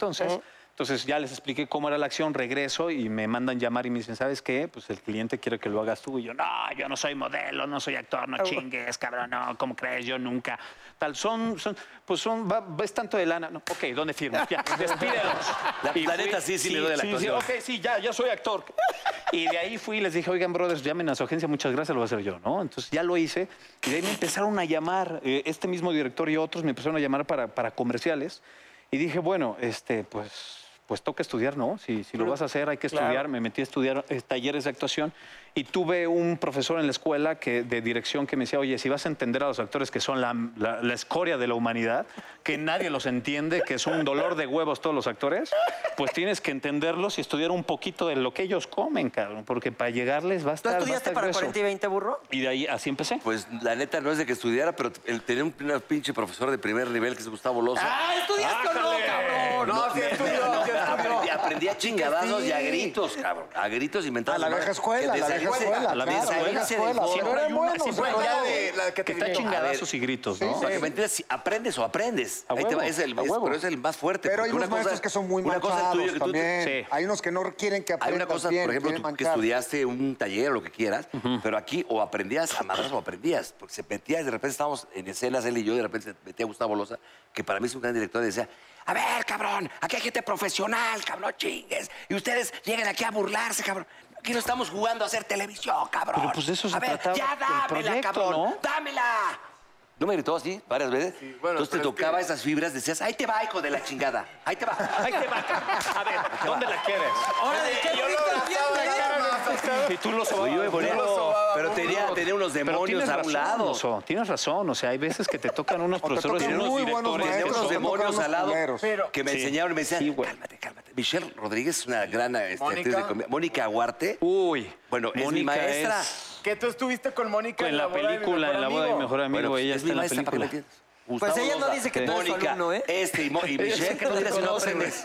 Speaker 9: Entonces ya les expliqué cómo era la acción, regreso y me mandan llamar y me dicen, ¿sabes qué? Pues el cliente quiere que lo hagas tú. Y yo, no, yo no soy modelo, no soy actor,
Speaker 5: Ah,
Speaker 9: no chingues, cabrón, no, ¿cómo crees? Yo nunca. Tal, son, son pues son, va- va- es tanto de lana. No, ok, ¿dónde firmo? Ya, (laughs) despídelos.
Speaker 4: La-
Speaker 9: Y
Speaker 4: la
Speaker 9: fui-
Speaker 4: neta sí, sí le doy la
Speaker 9: sí,
Speaker 4: actuación.
Speaker 9: ok, Ok, sí, ya, ya soy actor. Y de ahí fui y les dije, oigan, brothers, llamen a su agencia, muchas gracias, lo voy a hacer yo, ¿no? Entonces ya lo hice. Y de ahí me empezaron a llamar, eh, este mismo director y otros me empezaron a llamar para, para comerciales. Y dije, bueno, este, pues, pues toca estudiar, ¿no? Si, si lo vas a hacer, hay que estudiar. Me metí a estudiar eh, talleres de actuación. Y tuve un profesor en la escuela que, de dirección que me decía, oye, si vas a entender a los actores que son la, la- la escoria de la humanidad, que nadie los entiende, que es un dolor de huevos todos los actores, pues tienes que entenderlos y estudiar un poquito de lo que ellos comen, cabrón, porque para llegarles va a
Speaker 8: ¿Tú
Speaker 9: estar. va a
Speaker 8: estudiaste
Speaker 9: estar
Speaker 8: para
Speaker 9: grueso.
Speaker 8: 40 y 20, burro?
Speaker 9: Y de ahí así empecé.
Speaker 4: Pues la neta no es de que estudiara, pero el tener un un pinche profesor de primer nivel que es Gustavo Loza.
Speaker 8: ¡Ah, estudiaste o no, cabrón!
Speaker 3: No, sí
Speaker 4: (laughs)
Speaker 3: estudió, sí estudió.
Speaker 4: Aprendí, aprendí a chingadazos y a gritos, cabrón. A gritos inventados.
Speaker 7: A la vieja escuela, a la vieja escuela,
Speaker 4: A la
Speaker 7: claro,
Speaker 4: vieja
Speaker 7: a la vieja
Speaker 4: escuela.
Speaker 7: escuela. Pero
Speaker 9: Siempre
Speaker 7: eran
Speaker 9: hay una-
Speaker 7: buenos,
Speaker 9: siempre hay
Speaker 7: eran
Speaker 9: una
Speaker 7: buenos.
Speaker 9: de-
Speaker 3: Eh, la que
Speaker 9: que
Speaker 3: te
Speaker 9: está
Speaker 3: dirigió.
Speaker 9: chingadazos y gritos, ¿no?
Speaker 4: Para que me entiendas, si aprendes o aprendes.
Speaker 9: A
Speaker 4: Ahí te
Speaker 9: huevo,
Speaker 4: va, es el,
Speaker 9: a
Speaker 4: es-
Speaker 9: huevo.
Speaker 4: pero es el más fuerte.
Speaker 7: Pero hay
Speaker 4: porque
Speaker 7: unos
Speaker 4: una cosa-
Speaker 7: maestros que son muy
Speaker 4: una cosa es
Speaker 7: manchados
Speaker 4: tuyo que tú-
Speaker 7: también.
Speaker 9: Sí.
Speaker 7: Hay unos que no quieren que
Speaker 4: Hay
Speaker 7: aprendan
Speaker 4: una cosa,
Speaker 7: bien,
Speaker 4: por ejemplo,
Speaker 7: quieren
Speaker 4: tú que
Speaker 7: manchar.
Speaker 4: estudiaste un taller o lo que quieras, pero aquí o aprendías a madras o aprendías, porque se metía y de repente estábamos en escenas, él y yo, y de repente se metía Gustavo Loza, que para mí es un gran director, y decía, a ver, cabrón, aquí hay gente profesional, cabrón, no chingues, y ustedes llegan aquí a burlarse, cabrón. Aquí no estamos jugando a hacer televisión, cabrón.
Speaker 9: Pero, pues, de eso se
Speaker 4: A ver,
Speaker 9: trataba
Speaker 4: ya
Speaker 9: el
Speaker 4: dámela,
Speaker 9: proyecto,
Speaker 4: cabrón,
Speaker 9: ¿no?
Speaker 4: dámela. No me gritó así varias veces.
Speaker 3: bueno,
Speaker 4: Entonces te
Speaker 3: pero es que-
Speaker 4: tocaba esas fibras, decías, ahí te va, hijo de la chingada. Ahí te va.
Speaker 9: Ahí te va. A ver, ¿dónde la quieres?
Speaker 6: Ahora, ¿de qué bonita fiesta, ¿eh?
Speaker 9: Y tú lo
Speaker 4: Oye, yo me ponía- pero tenía, tenía unos
Speaker 9: Pero
Speaker 4: demonios
Speaker 9: tienes
Speaker 4: a un
Speaker 9: razón,
Speaker 4: lado.
Speaker 9: Oso, tienes razón, o sea, hay veces que te tocan unos profesores y
Speaker 7: tocan
Speaker 9: unos
Speaker 7: muy buenos
Speaker 9: directores. que
Speaker 7: maestros,
Speaker 4: Tenía unos
Speaker 9: son-
Speaker 7: te tocan
Speaker 4: demonios
Speaker 7: los
Speaker 4: al lado
Speaker 7: culeros.
Speaker 4: que me enseñaron y me decían,
Speaker 9: Sí, güey.
Speaker 4: cálmate, cálmate. Michelle Rodríguez es una gran este,
Speaker 3: Mónica.
Speaker 4: actriz de comedia. Mónica Aguarte.
Speaker 9: Uy,
Speaker 4: Bueno, es mi
Speaker 9: Mónica
Speaker 4: maestra.
Speaker 9: es-
Speaker 3: Que tú estuviste con Mónica
Speaker 9: en Pues la
Speaker 3: boda de mi
Speaker 9: película,
Speaker 3: mejor
Speaker 9: en la boda de mi
Speaker 3: amigo.
Speaker 9: mejor amigo,
Speaker 4: Bueno, pues,
Speaker 9: ella
Speaker 4: es
Speaker 9: está
Speaker 4: mi
Speaker 9: en la
Speaker 4: maestra, ¿para
Speaker 9: película.
Speaker 4: qué la quieres? Pues Gustavo
Speaker 8: ella no
Speaker 4: Loza,
Speaker 8: dice que tú eres su
Speaker 4: Mónica,
Speaker 8: alumno, ¿eh?
Speaker 4: Este y, Mo-
Speaker 9: (laughs)
Speaker 4: y Michelle, que no tiras y no aprendes.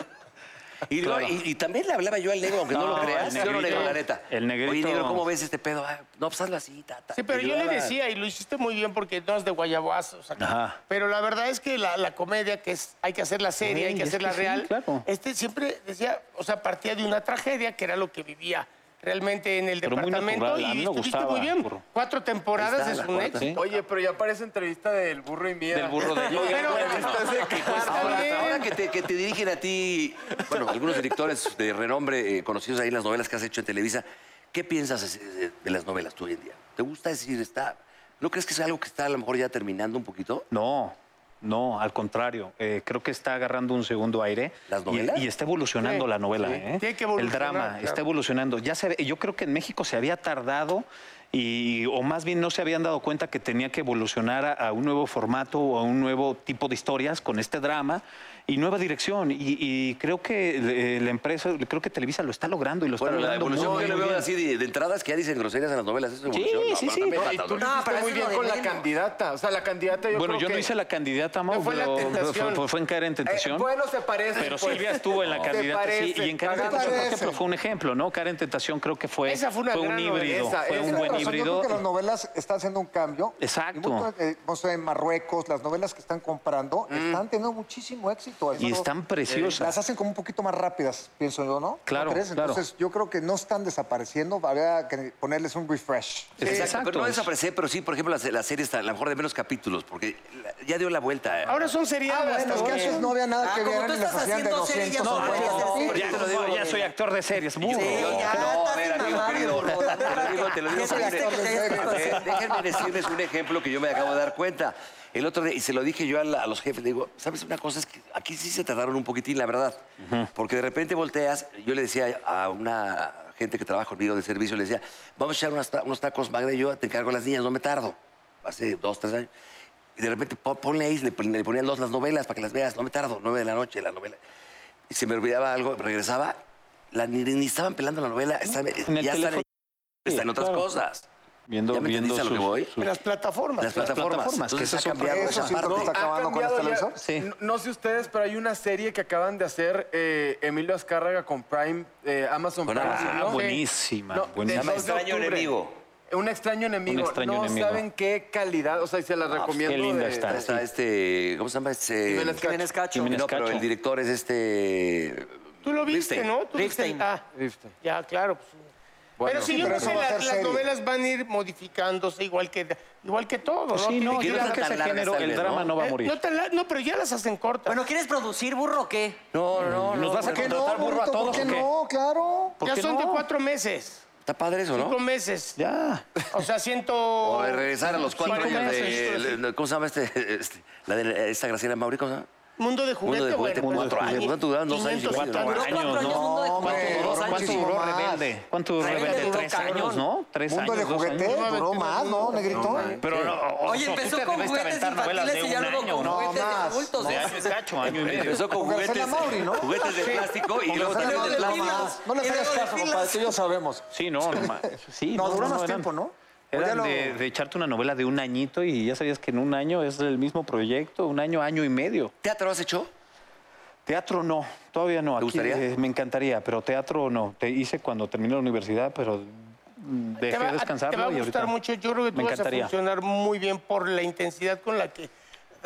Speaker 4: Y,
Speaker 9: Claro.
Speaker 4: y- y también le hablaba yo al negro, aunque no,
Speaker 9: No,
Speaker 4: lo
Speaker 9: el
Speaker 4: creas. Yo no
Speaker 9: negrito.
Speaker 4: negro, la neta.
Speaker 9: El negrito.
Speaker 4: Oye, negro, ¿cómo ves este pedo? Ah, no, pues hazlo así, tata.
Speaker 5: Sí, pero yo le decía, y lo hiciste muy bien porque no es de guayabazos. acá.
Speaker 9: Ajá.
Speaker 5: Pero la verdad es que la, la comedia, que es, hay que hacerla seria, hay
Speaker 9: Güey,
Speaker 5: que
Speaker 9: es
Speaker 5: hacerla
Speaker 9: que sí,
Speaker 5: real,
Speaker 9: claro.
Speaker 5: este siempre decía, o sea, partía de una tragedia, que era lo que vivía realmente en el
Speaker 9: Pero muy
Speaker 5: departamento,
Speaker 9: natural, a mí
Speaker 5: y
Speaker 9: me
Speaker 5: estuviste
Speaker 9: gustaba,
Speaker 5: muy bien.
Speaker 9: burro.
Speaker 5: Cuatro temporadas
Speaker 4: Ahí está,
Speaker 5: es
Speaker 4: la
Speaker 5: un
Speaker 4: cuarta,
Speaker 5: éxito.
Speaker 9: Sí.
Speaker 3: Oye, pero ya aparece entrevista del burro y mía.
Speaker 9: ¿eh? Del
Speaker 3: (laughs)
Speaker 9: burro de
Speaker 3: Yo
Speaker 5: Pero-
Speaker 4: Pues, Ahora,
Speaker 5: bien.
Speaker 4: ahora que, te, que te dirigen a ti, bueno, algunos directores de renombre eh, conocidos ahí en las novelas que has hecho en Televisa, ¿qué piensas eh, de, las novelas tú hoy en día? ¿Te gusta decir, está, no crees que es algo que está a lo mejor ya terminando un poquito?
Speaker 9: No, no, al contrario. eh, creo que está agarrando un segundo aire.
Speaker 4: ¿Las
Speaker 9: y-
Speaker 4: novelas?
Speaker 9: Y, está evolucionando
Speaker 5: Sí,
Speaker 9: la novela.
Speaker 5: sí.
Speaker 9: ¿eh?
Speaker 5: Tiene que
Speaker 9: El
Speaker 5: evolucionar,
Speaker 9: drama
Speaker 5: claro.
Speaker 9: está evolucionando. Ya se, ve- yo creo que en México se había tardado y, o más bien no se habían dado cuenta que tenía que evolucionar a, a un nuevo formato o a un nuevo tipo de historias con este drama y nueva dirección. Y, y creo que eh, la empresa, creo que Televisa lo está logrando y lo
Speaker 4: Bueno,
Speaker 9: está
Speaker 4: la
Speaker 9: logrando
Speaker 4: evolución
Speaker 9: muy,
Speaker 4: que yo
Speaker 9: muy
Speaker 4: le veo
Speaker 9: bien.
Speaker 4: así de, de entradas que ya dicen groserías en las novelas, eso es
Speaker 9: Sí,
Speaker 4: evolución. pero
Speaker 9: sí, sí.
Speaker 3: No,
Speaker 4: también
Speaker 3: y
Speaker 4: falta,
Speaker 3: tú
Speaker 4: ¿no?
Speaker 3: lo hiciste
Speaker 8: pero eso
Speaker 3: muy
Speaker 8: es
Speaker 3: bien
Speaker 8: lo de
Speaker 3: con la
Speaker 8: menos.
Speaker 3: candidata. O sea, la candidata yo
Speaker 9: Bueno,
Speaker 3: creo
Speaker 9: yo
Speaker 3: que...
Speaker 9: no hice
Speaker 5: eh,
Speaker 9: la candidata, Mau,
Speaker 5: No fue la
Speaker 9: pero-
Speaker 5: tentación.
Speaker 9: fue- fue- fue en caer en tentación.
Speaker 3: Eh, bueno, se parece.
Speaker 5: (laughs)
Speaker 9: Pero Silvia estuvo en la candidata, sí, y en Karen Tentación, por ejemplo, fue un ejemplo, ¿no? Karen Tentación creo que fue,
Speaker 5: Esa fue una
Speaker 9: un
Speaker 5: gran
Speaker 9: híbrido,
Speaker 3: novela, esa,
Speaker 9: fue
Speaker 3: esa
Speaker 9: un
Speaker 3: es la
Speaker 9: buen
Speaker 3: razón,
Speaker 2: yo creo
Speaker 9: híbrido.
Speaker 2: que las novelas están haciendo un cambio.
Speaker 9: Exacto.
Speaker 2: Y muchas, eh, no sé, en Marruecos, las novelas que están comprando están teniendo muchísimo éxito. Eso
Speaker 9: Mm. Y
Speaker 2: no-
Speaker 9: están
Speaker 2: Las
Speaker 9: preciosas.
Speaker 2: hacen como un poquito más rápidas, pienso yo, ¿no? ¿No
Speaker 9: Claro,
Speaker 2: crees?
Speaker 9: claro.
Speaker 2: Entonces, yo creo que no están desapareciendo. Habría que ponerles un refresh.
Speaker 9: Exacto,
Speaker 4: Pero no
Speaker 9: es-
Speaker 4: desaparecer, pero sí, por ejemplo, la, la serie está a lo mejor de menos capítulos, porque la- ya dio la vuelta. eh.
Speaker 5: Ahora son
Speaker 2: Bueno,
Speaker 5: seriadas.
Speaker 2: es que
Speaker 5: también.
Speaker 2: antes no había nada
Speaker 6: Ah,
Speaker 2: que
Speaker 6: como
Speaker 2: ver
Speaker 6: tú
Speaker 2: y las
Speaker 6: estás
Speaker 2: hacían de
Speaker 6: haciendo series,
Speaker 2: 200.
Speaker 6: no,
Speaker 2: güey.
Speaker 6: no, no,
Speaker 2: Sí,
Speaker 6: pero
Speaker 4: ya
Speaker 2: sí,
Speaker 4: te lo digo,
Speaker 9: No,
Speaker 6: eh.
Speaker 9: ya soy actor de series, burro.
Speaker 4: Yo-
Speaker 8: ya,
Speaker 4: no,
Speaker 8: estás
Speaker 4: a ver,
Speaker 8: sin
Speaker 4: amigo
Speaker 8: mamar,
Speaker 4: querido,
Speaker 8: burro.
Speaker 4: te lo digo, te lo digo,
Speaker 8: Ya
Speaker 4: te lo
Speaker 8: sabiste
Speaker 4: digo.
Speaker 8: que te hayas puesto así.
Speaker 4: Eh, Déjenme decirles un ejemplo que yo me acabo de dar cuenta. El otro día, y se lo dije yo a, la- a los jefes, le digo, ¿sabes una cosa? Es que aquí sí se tardaron un poquitín, la verdad. Porque de repente volteas, yo le decía a una gente que trabaja conmigo de servicio, le decía, vamos a echar unas ta- unos tacos, Magda, y yo te encargo las niñas, no me tardo. Hace dos, tres años. Y de repente, po- ponle ahí, le, pon- le ponía los, las novelas para que las veas, no me tardo, nueve de la noche, la novela. Y se me olvidaba algo, regresaba, la, ni, ni estaban pelando la novela, estaban-
Speaker 9: En el
Speaker 4: ya están
Speaker 9: teléfono.
Speaker 4: está en otras
Speaker 9: claro.
Speaker 4: cosas.
Speaker 9: Viendo,
Speaker 4: ¿Ya me
Speaker 9: viendo
Speaker 4: entendiste a lo que
Speaker 9: sus-
Speaker 4: voy?
Speaker 9: sus-
Speaker 5: Las plataformas.
Speaker 4: Las plataformas.
Speaker 9: plataformas, que
Speaker 4: Entonces
Speaker 9: eso es
Speaker 4: ha
Speaker 9: otra
Speaker 4: cambiado
Speaker 2: Eso
Speaker 4: esa
Speaker 2: siento que
Speaker 4: parte.
Speaker 2: está acabando con este
Speaker 3: ya-
Speaker 2: televisor.
Speaker 9: Sí.
Speaker 3: No, no sé ustedes, pero hay una serie que acaban de hacer eh, Emilio Azcárraga con Prime, eh, Amazon
Speaker 4: Con
Speaker 3: Prime.
Speaker 4: Amazon.
Speaker 9: Ah,
Speaker 3: Video.
Speaker 9: buenísima,
Speaker 3: No,
Speaker 9: buenísima.
Speaker 3: del 2 de
Speaker 4: Extraño
Speaker 3: octubre.
Speaker 4: enemigo.
Speaker 3: Un extraño enemigo.
Speaker 9: Un extraño
Speaker 3: no
Speaker 9: enemigo. Ah, pues,
Speaker 3: saben qué calidad, o sea, y se la recomiendo.
Speaker 9: qué linda
Speaker 3: de-
Speaker 9: está.
Speaker 4: Ahí Está este, ¿cómo se llama? Este,
Speaker 3: Jiménez Cacho.
Speaker 6: Jiménez Cacho.
Speaker 9: Jiménez
Speaker 4: No, pero
Speaker 9: Cacho.
Speaker 4: el director es este...
Speaker 5: Tú lo viste,
Speaker 4: Ripstein.
Speaker 5: ¿no? Tú viste-
Speaker 6: Ripstein.
Speaker 5: Ah,
Speaker 3: Ripstein.
Speaker 5: ya, claro. pues. pero sí, yo
Speaker 7: pero
Speaker 5: creo
Speaker 7: eso
Speaker 5: que
Speaker 7: va a
Speaker 5: la-
Speaker 7: ser
Speaker 5: las
Speaker 7: serie.
Speaker 5: novelas van a ir modificándose igual que, igual que todo, ¿no?
Speaker 9: Pues sí, no,
Speaker 5: Tiene que
Speaker 9: yo
Speaker 5: ir
Speaker 9: creo que
Speaker 5: adaptando.
Speaker 9: ese
Speaker 4: tan largas,
Speaker 9: género,
Speaker 4: tal
Speaker 9: el
Speaker 4: vez,
Speaker 9: drama
Speaker 4: ¿no?
Speaker 9: no va a
Speaker 5: Eh,
Speaker 9: morir.
Speaker 5: No, tan la- no, pero ya las hacen cortas.
Speaker 6: Bueno, ¿quieres producir, burro, o qué?
Speaker 4: No, no, no.
Speaker 9: ¿Nos vas a
Speaker 7: ¿Por qué no,
Speaker 9: contratar burro a
Speaker 7: burrito? ¿Por
Speaker 9: todos
Speaker 7: qué
Speaker 9: o qué?
Speaker 7: no? Claro.
Speaker 9: ¿Por
Speaker 5: ya
Speaker 9: qué
Speaker 5: son de
Speaker 9: no?
Speaker 5: cuatro meses,
Speaker 9: Mm.
Speaker 4: Está padre eso,
Speaker 5: cinco
Speaker 4: ¿no?
Speaker 5: meses.
Speaker 9: Ya.
Speaker 5: O sea, ciento...
Speaker 4: O de regresar a los cuatro
Speaker 5: Cinco
Speaker 4: años de...
Speaker 5: meses,
Speaker 4: el- ¿Cómo se llama este? este, la de esta Graciela Mauri, ¿cómo se llama?
Speaker 5: Mundo de juguete,
Speaker 4: Mundo de juguete,
Speaker 5: bueno,
Speaker 4: cuatro
Speaker 5: pues,
Speaker 4: años. ¿Cuánto duraron? Dos años y
Speaker 5: 500
Speaker 4: medio, ¿no?
Speaker 5: años.
Speaker 6: Duró
Speaker 9: años,
Speaker 6: cuatro años
Speaker 9: no,
Speaker 6: mundo de juguete.
Speaker 7: hombre,
Speaker 9: ¿Cuánto duró,
Speaker 7: duró
Speaker 9: cuánto
Speaker 7: muchísimo
Speaker 9: duró
Speaker 7: más.
Speaker 9: Rebelde? ¿Cuánto duró
Speaker 6: Rebelde
Speaker 9: Rebelde?
Speaker 6: duró
Speaker 9: ¿Tres
Speaker 6: cañón.
Speaker 9: años, no? ¿Tres
Speaker 7: Mundo de
Speaker 9: años? dos
Speaker 7: juguete
Speaker 9: años.
Speaker 7: duró más, ¿no, negrito?
Speaker 9: Pero no, o- o-
Speaker 6: Oye,
Speaker 9: tú
Speaker 6: empezó
Speaker 9: te
Speaker 6: con
Speaker 9: debiste
Speaker 6: juguetes
Speaker 9: aventar novelas
Speaker 6: infantiles y
Speaker 9: de
Speaker 6: ya
Speaker 9: un
Speaker 6: luego
Speaker 9: año,
Speaker 6: con
Speaker 9: ¿no?
Speaker 6: juguetes de
Speaker 7: más.
Speaker 6: adultos.
Speaker 9: De
Speaker 5: ¿eh?
Speaker 6: ¿no?
Speaker 9: año y cacho, año y medio.
Speaker 4: Empezó con
Speaker 7: Con Graciela
Speaker 4: juguetes,
Speaker 7: Mauri, ¿no?
Speaker 4: juguetes de plástico y luego también de
Speaker 6: Mauri.
Speaker 7: No,
Speaker 4: plástico.
Speaker 7: más. No les
Speaker 6: Y
Speaker 7: hagas
Speaker 6: luego de
Speaker 7: caso,
Speaker 6: filas.
Speaker 7: papá, eso ya sabemos.
Speaker 9: Sí, no, no ma- sí,
Speaker 7: No, duró más
Speaker 9: eran-
Speaker 7: tiempo, ¿no? O ya
Speaker 9: Eran
Speaker 7: lo-
Speaker 9: de, de echarte una novela de un añito y ya sabías que en un año es el mismo proyecto, un año, año y medio.
Speaker 4: ¿Teatro has hecho?
Speaker 9: Teatro no, todavía no.
Speaker 4: ¿Te gustaría?
Speaker 9: eh, me encantaría, pero teatro no. Te hice cuando terminé la universidad, pero mm, dejé
Speaker 5: Te va,
Speaker 9: descansar.
Speaker 5: te va a
Speaker 9: ¿no? Y
Speaker 5: gustar
Speaker 9: ahorita
Speaker 5: mucho. Yo creo que tú
Speaker 9: me
Speaker 5: vas
Speaker 9: encantaría.
Speaker 5: a funcionar muy bien por la intensidad con la que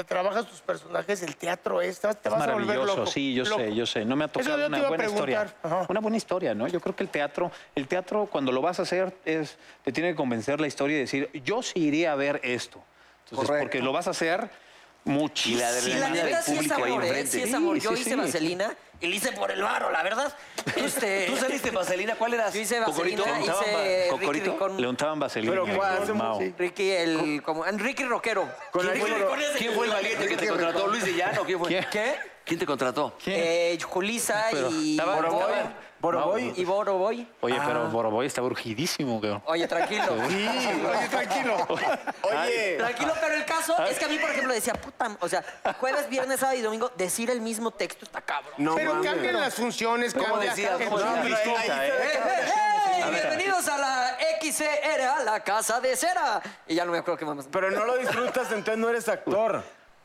Speaker 5: trabajas tus personajes, el teatro es. Te vas, te
Speaker 9: Es
Speaker 5: vas a volver
Speaker 9: maravilloso,
Speaker 5: loco.
Speaker 9: sí, yo sé,
Speaker 5: loco.
Speaker 9: yo sé. No me ha
Speaker 5: Eso
Speaker 9: tocado
Speaker 5: yo te iba
Speaker 9: una
Speaker 5: a
Speaker 9: buena historia.
Speaker 5: preguntar. Ajá.
Speaker 9: Una buena historia, ¿no? Yo creo que el teatro, el teatro cuando lo vas a hacer, es, te tiene que convencer la historia y decir, yo sí iría a ver esto. Entonces,
Speaker 7: Correcto.
Speaker 9: porque lo vas a hacer
Speaker 4: Y
Speaker 9: muchísimo.
Speaker 4: la
Speaker 6: Y la
Speaker 4: adrenalina
Speaker 6: neta
Speaker 4: del
Speaker 6: sí es
Speaker 4: público ahí
Speaker 6: amor, ¿eh?
Speaker 4: enfrente.
Speaker 6: Sí es amor. Yo
Speaker 9: Sí, sí,
Speaker 6: hice
Speaker 9: sí.
Speaker 6: vaselina y la hice por el barro, la verdad. Este,
Speaker 4: ¿Tú saliste Vaselina? ¿Cuál eras?
Speaker 6: Yo hice
Speaker 4: ¿Cocorito?
Speaker 6: vaselina,
Speaker 4: ¿Contaban
Speaker 6: hice
Speaker 4: va-
Speaker 6: Ricky
Speaker 4: ¿Cocorito?
Speaker 6: Ricón.
Speaker 9: Le untaban vaselina.
Speaker 3: Pero, ¿cuál?
Speaker 9: al
Speaker 3: Hace
Speaker 9: Mao.
Speaker 3: mucho-
Speaker 6: Ricky el... Como, Ricky Rockero.
Speaker 3: Con
Speaker 6: Ricky
Speaker 3: alguno-
Speaker 6: Ricón es el-
Speaker 4: ¿Quién fue el valiente que te contrató? ¿Luis de Llano? ¿Quién fue?
Speaker 9: ¿Quién?
Speaker 6: ¿Qué?
Speaker 4: ¿Quién te contrató?
Speaker 6: Eh, Julisa y...
Speaker 4: Estaba-
Speaker 6: Boroboy.
Speaker 4: estaba-
Speaker 6: Boroboy. Y Boroboy.
Speaker 9: Oye, pero Boroboy está urgidísimo, cabrón.
Speaker 6: Ah. Oye, tranquilo.
Speaker 5: Oye, tranquilo.
Speaker 3: Oye,
Speaker 6: Tranquilo, pero el caso es que a mí, por ejemplo, decía, puta, o sea, jueves, viernes, sábado y domingo, decir el mismo texto está cabrón.
Speaker 3: no
Speaker 5: pero
Speaker 3: mames.
Speaker 5: cambian las funciones,
Speaker 4: ¿Cómo
Speaker 5: cambia.
Speaker 4: decías?
Speaker 5: cambia.
Speaker 4: ¿Cómo
Speaker 5: No,
Speaker 4: decías?
Speaker 5: hombre,
Speaker 3: Ahí- ahí se ve
Speaker 6: ¡Eh,
Speaker 3: cada-
Speaker 6: eh, eh! Bienvenidos a la XCR, la casa de cera. Y ya no me acuerdo qué más.
Speaker 3: Pero no lo disfrutas, entonces no eres actor.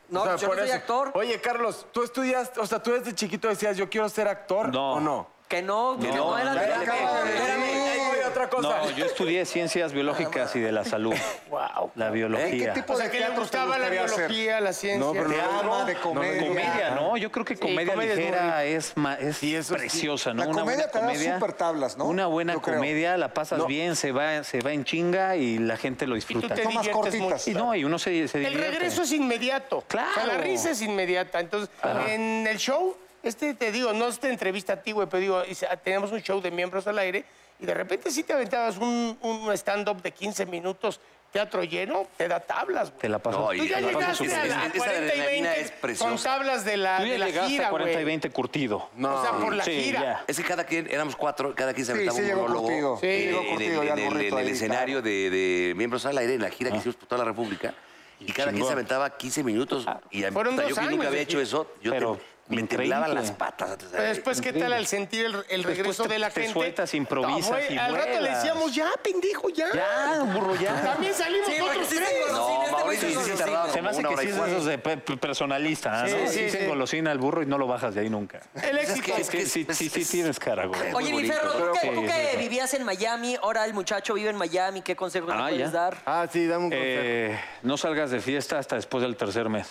Speaker 6: No,
Speaker 7: pues
Speaker 6: yo no
Speaker 3: por
Speaker 6: soy
Speaker 3: eso.
Speaker 6: actor.
Speaker 3: Oye, Carlos, tú estudiaste, o sea, tú desde chiquito decías, yo quiero ser actor
Speaker 9: No.
Speaker 3: o no.
Speaker 6: Que no, que no,
Speaker 9: No,
Speaker 6: era
Speaker 9: ya
Speaker 6: de
Speaker 9: le
Speaker 6: acá.
Speaker 9: pegué.
Speaker 3: Espérame, ahí voy a otra cosa.
Speaker 9: No, yo estudié ciencias biológicas y de la salud. wow.
Speaker 2: ¿Eh?
Speaker 9: La
Speaker 6: ¿Eh?
Speaker 9: biología.
Speaker 7: tipo
Speaker 5: O sea, que le
Speaker 7: teatro te
Speaker 5: gustaba la
Speaker 7: gustaría hacer?
Speaker 5: biología, la ciencia.
Speaker 3: No, pero
Speaker 7: De
Speaker 3: no,
Speaker 7: alma, de
Speaker 9: No,
Speaker 7: comedia.
Speaker 9: comedia, ¿no? Yo creo que comedia,
Speaker 5: comedia es
Speaker 9: ligera es, ma- es
Speaker 3: Y eso sí.
Speaker 9: preciosa, ¿no?
Speaker 7: La comedia
Speaker 9: buena
Speaker 7: te da súper tablas, ¿no?
Speaker 9: Una buena
Speaker 7: Yo creo.
Speaker 9: comedia, la pasas
Speaker 3: No.
Speaker 9: bien, se va, se va en chinga y la gente lo
Speaker 5: y tú
Speaker 9: disfruta.
Speaker 5: te
Speaker 7: Son más
Speaker 5: diviertes
Speaker 7: cortitas.
Speaker 5: mucho.
Speaker 9: Y no, y uno se, se
Speaker 5: El
Speaker 9: divierte.
Speaker 5: regreso es inmediato.
Speaker 9: Claro.
Speaker 5: O sea, la risa es inmediata. Entonces, en el show, este te digo, no es te entrevista a ti, güey, pero digo, hice- tenemos un show de miembros al aire y de repente si te aventabas un, un stand-up de 15 minutos, teatro lleno, te da tablas, güey.
Speaker 9: Te la pasas.
Speaker 4: No, y-
Speaker 5: Tú ya
Speaker 4: la pasas
Speaker 5: llegaste
Speaker 4: súper
Speaker 5: a
Speaker 4: bien.
Speaker 5: la
Speaker 4: Esa
Speaker 5: 40 y
Speaker 4: adrenalina
Speaker 5: 20
Speaker 4: es preciosa.
Speaker 5: con tablas de la,
Speaker 9: Tú ya
Speaker 5: de la
Speaker 9: llegaste
Speaker 5: gira,
Speaker 9: a 40 y
Speaker 5: güey.
Speaker 9: 20 curtido.
Speaker 5: O sea, por la
Speaker 9: Sí,
Speaker 5: gira.
Speaker 9: ya.
Speaker 4: Es que cada quien, éramos cuatro, cada quien se
Speaker 7: Sí,
Speaker 4: aventaba
Speaker 7: sí,
Speaker 4: un
Speaker 7: llegó
Speaker 4: monólogo
Speaker 7: curtido. Sí,
Speaker 4: en,
Speaker 7: llegó
Speaker 4: en-
Speaker 7: curtido ya el
Speaker 4: en- en el,
Speaker 7: burrito
Speaker 4: en el
Speaker 7: ahí,
Speaker 4: escenario de, de Miembros al Aire, en la gira que hicimos por toda la República. Y cada quien
Speaker 9: chingón.
Speaker 4: se aventaba 15 minutos. Y a-
Speaker 5: Fueron
Speaker 4: puta,
Speaker 5: dos
Speaker 4: yo que
Speaker 5: años
Speaker 4: nunca había
Speaker 5: de
Speaker 4: hecho
Speaker 5: gira.
Speaker 4: eso, yo te-
Speaker 9: Pero
Speaker 4: me temblaba
Speaker 9: increíble.
Speaker 4: las patas. antes de-
Speaker 5: Pero después, ¿qué tal
Speaker 9: Increíble.
Speaker 5: al sentir el, el
Speaker 9: Después
Speaker 5: regreso
Speaker 9: te-
Speaker 5: de la
Speaker 9: te
Speaker 5: gente?
Speaker 9: sueltas, improvisas
Speaker 5: güey,
Speaker 9: y
Speaker 5: Al rato le
Speaker 9: vuelas.
Speaker 5: decíamos, ya, pendejo, ya.
Speaker 9: Ya,
Speaker 3: Ah,
Speaker 9: burro, ya.
Speaker 5: También salimos
Speaker 6: Sí, porque
Speaker 5: otros
Speaker 6: sí
Speaker 5: tres.
Speaker 6: se
Speaker 4: No,
Speaker 6: engolosina, este güey
Speaker 4: Mauricio,
Speaker 6: se
Speaker 4: sí se
Speaker 6: engolosina.
Speaker 4: tardaba
Speaker 9: Se me
Speaker 4: como
Speaker 9: hace
Speaker 4: una
Speaker 9: que
Speaker 4: hora
Speaker 9: sí
Speaker 4: y
Speaker 9: es de
Speaker 4: cuarto.
Speaker 9: esos de pe- pe- personalista,
Speaker 5: Sí,
Speaker 9: ¿no?
Speaker 5: sí,
Speaker 9: Sí,
Speaker 5: sí.
Speaker 9: se engolosina el burro y no lo bajas de ahí nunca.
Speaker 5: El
Speaker 4: es
Speaker 5: éxito.
Speaker 4: que-
Speaker 9: Es que sí, sí, sí tienes cara, güey.
Speaker 6: Oye,
Speaker 4: Muy
Speaker 6: mi
Speaker 4: bonito,
Speaker 6: ferro, ¿tú que,
Speaker 9: pero-
Speaker 6: tú
Speaker 9: Sí,
Speaker 6: que
Speaker 9: sí, sí.
Speaker 6: vivías en Miami, ahora el muchacho vive en Miami, ¿qué consejos le
Speaker 9: Ah,
Speaker 6: puedes
Speaker 9: ya.
Speaker 6: dar?
Speaker 3: Ah, sí, dame un consejo.
Speaker 9: Eh, no salgas de fiesta hasta después del tercer mes.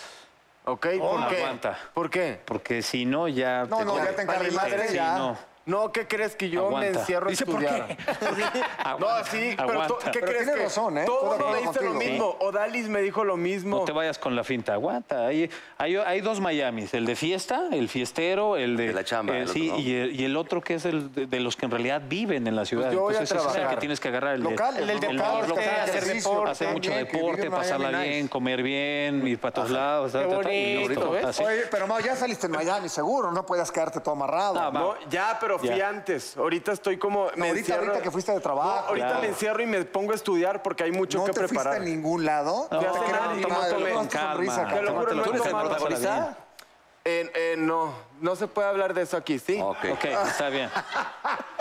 Speaker 3: ok, ¿por
Speaker 9: no
Speaker 3: qué?
Speaker 9: aguanta.
Speaker 3: ¿Por qué?
Speaker 9: Porque si no, ya.
Speaker 7: No, no,
Speaker 9: come.
Speaker 7: ya te encarrilaste,
Speaker 9: Sí,
Speaker 7: ya.
Speaker 9: no.
Speaker 3: No, ¿qué crees que yo
Speaker 9: Aguanta.
Speaker 3: me encierro a
Speaker 9: Dice, ¿por
Speaker 3: estudiar?
Speaker 9: (laughs)
Speaker 3: No, sí, pero tú-
Speaker 9: Aguanta.
Speaker 3: ¿qué
Speaker 7: Pero
Speaker 3: crees
Speaker 7: tienes
Speaker 3: que
Speaker 7: razón, ¿eh? Estoy de
Speaker 3: Todos
Speaker 7: acuerdo
Speaker 3: me diste lo
Speaker 7: contigo.
Speaker 3: mismo. Odalis me dijo lo mismo.
Speaker 9: No te vayas con la finta, aguanta. Hay, hay, hay dos Miamis, el de fiesta, el fiestero, el de...
Speaker 4: De la chamba,
Speaker 9: eh,
Speaker 4: el otro,
Speaker 9: sí,
Speaker 4: ¿no?
Speaker 9: y, el, y el otro que es el de, de los que en realidad viven en la ciudad.
Speaker 3: yo voy a
Speaker 9: Entonces, ese es el
Speaker 3: trabajar.
Speaker 9: que tienes que agarrar. El de-
Speaker 7: Local,
Speaker 5: el
Speaker 7: local,
Speaker 5: del deporte,
Speaker 7: local,
Speaker 5: hacer
Speaker 7: ejercicio,
Speaker 5: deporte,
Speaker 9: hacer mucho
Speaker 7: bien, que vive
Speaker 9: deporte,
Speaker 7: en Miami
Speaker 9: pasarla
Speaker 7: Nice.
Speaker 9: bien, comer bien, ir para todos lados. ta, ta, ta, y
Speaker 5: bonito,
Speaker 9: listo,
Speaker 5: ¿ves?
Speaker 9: así.
Speaker 7: Oye, pero Mau, ya saliste en Miami, seguro. No podías quedarte todo amarrado.
Speaker 9: Ah, va.
Speaker 3: No, ya, pero fui
Speaker 9: Ya.
Speaker 3: antes. Ahorita estoy como.
Speaker 7: No, ahorita, ahorita que fuiste de trabajo.
Speaker 3: No, ahorita
Speaker 9: Claro.
Speaker 3: me encierro y me pongo a estudiar porque hay mucho
Speaker 7: no
Speaker 3: que
Speaker 7: te fuiste a
Speaker 3: preparar.
Speaker 7: ningún lado.
Speaker 9: No,
Speaker 7: te
Speaker 3: hace
Speaker 7: quedaron
Speaker 3: nada,
Speaker 7: en
Speaker 3: y
Speaker 7: tu
Speaker 3: tómatelo
Speaker 7: madre.
Speaker 9: con
Speaker 7: Con tu
Speaker 9: calma.
Speaker 7: sonrisa,
Speaker 9: Te
Speaker 3: Te lo
Speaker 7: cabrón.
Speaker 3: juro,
Speaker 9: Tómatelo
Speaker 3: no
Speaker 9: tú
Speaker 3: he
Speaker 9: eres el
Speaker 3: tomado-
Speaker 9: protagonista.
Speaker 3: Eh, eh, no, no se puede hablar de eso aquí, ¿sí?
Speaker 4: Ok.
Speaker 9: Ok, está bien.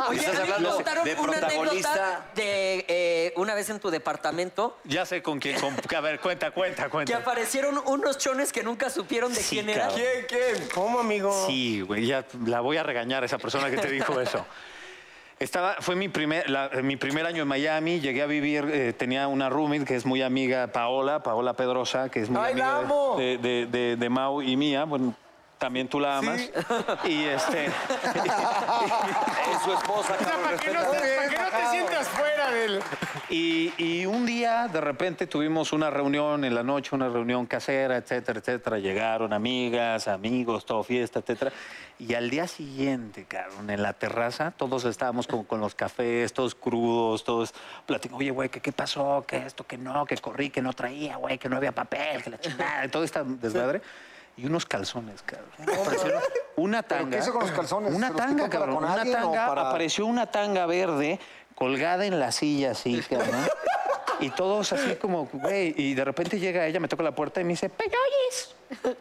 Speaker 6: Oye,
Speaker 4: Estás
Speaker 6: a mí me
Speaker 4: hablando
Speaker 6: contaron
Speaker 4: de
Speaker 6: una anécdota
Speaker 4: protagonista.
Speaker 6: de eh, una vez en tu departamento
Speaker 9: Ya sé con quién. con- a ver, cuenta, cuenta,
Speaker 6: que
Speaker 9: cuenta.
Speaker 6: aparecieron unos chones que nunca supieron de
Speaker 9: Sí,
Speaker 6: quién eran.
Speaker 9: cabrón.
Speaker 3: ¿Quién, quién?
Speaker 5: ¿Cómo, amigo?
Speaker 9: Sí, güey, ya la voy a regañar a esa persona que
Speaker 3: (laughs)
Speaker 9: te dijo eso. Estaba, fue mi primer, la- mi primer año en Miami, llegué a vivir, eh, tenía una roommate que es muy amiga, Paola, Paola Pedrosa, que es muy
Speaker 3: ¡Ay, la
Speaker 9: amiga de-
Speaker 3: amo!
Speaker 9: De, de- de- de Mau y mía, bueno, también tú la amas. Y
Speaker 3: (laughs)
Speaker 9: este,
Speaker 4: Es su esposa,
Speaker 5: O sea,
Speaker 4: cabrón.
Speaker 5: para que no te, para que no te sientas fuera del...
Speaker 9: Y, y un día, de repente, tuvimos una reunión en la noche, una reunión casera, etcétera, etcétera. Llegaron amigas, amigos, todo fiesta, etcétera. Y al día siguiente, cabrón, en la terraza, todos estábamos con, con los cafés, todos crudos, todos platicando, oye, güey, ¿qué, ¿qué pasó? ¿Qué esto? ¿Qué no? ¿Qué corrí? ¿Qué no traía, güey? ¿Que no había papel? ¿Que la chingada? y Todo este desmadre. Y unos calzones, cabrón. Apareció Una tanga.
Speaker 7: hizo con los calzones?
Speaker 9: Una
Speaker 7: ¿Se los
Speaker 9: tanga,
Speaker 7: quitó para
Speaker 9: cabrón.
Speaker 7: con
Speaker 9: Una
Speaker 7: alguien o
Speaker 9: tanga
Speaker 7: para-
Speaker 9: apareció apareció una tanga verde colgada en la silla así, cabrón. Y todos así como, güey, y de repente llega ella, me toca la puerta y me dice, "Peyoyis,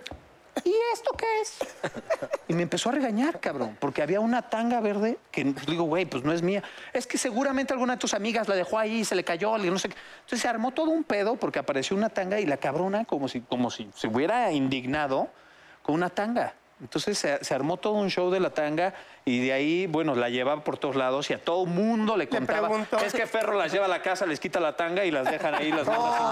Speaker 9: ¿y esto qué es? (laughs) Y me empezó a regañar, cabrón, porque había una tanga verde que digo, güey, pues no es mía. Es que seguramente alguna de tus amigas la dejó ahí, se le cayó, le no sé qué. Entonces se armó todo un pedo porque apareció una tanga y la cabrona como si, como si se hubiera indignado con una tanga. Entonces se, se armó todo un show de la tanga y de ahí, bueno, la llevaba por todos lados y a todo mundo le contaba.
Speaker 5: preguntó.
Speaker 9: Es que Ferro las lleva a la casa, les quita la tanga y las dejan ahí, las manda sin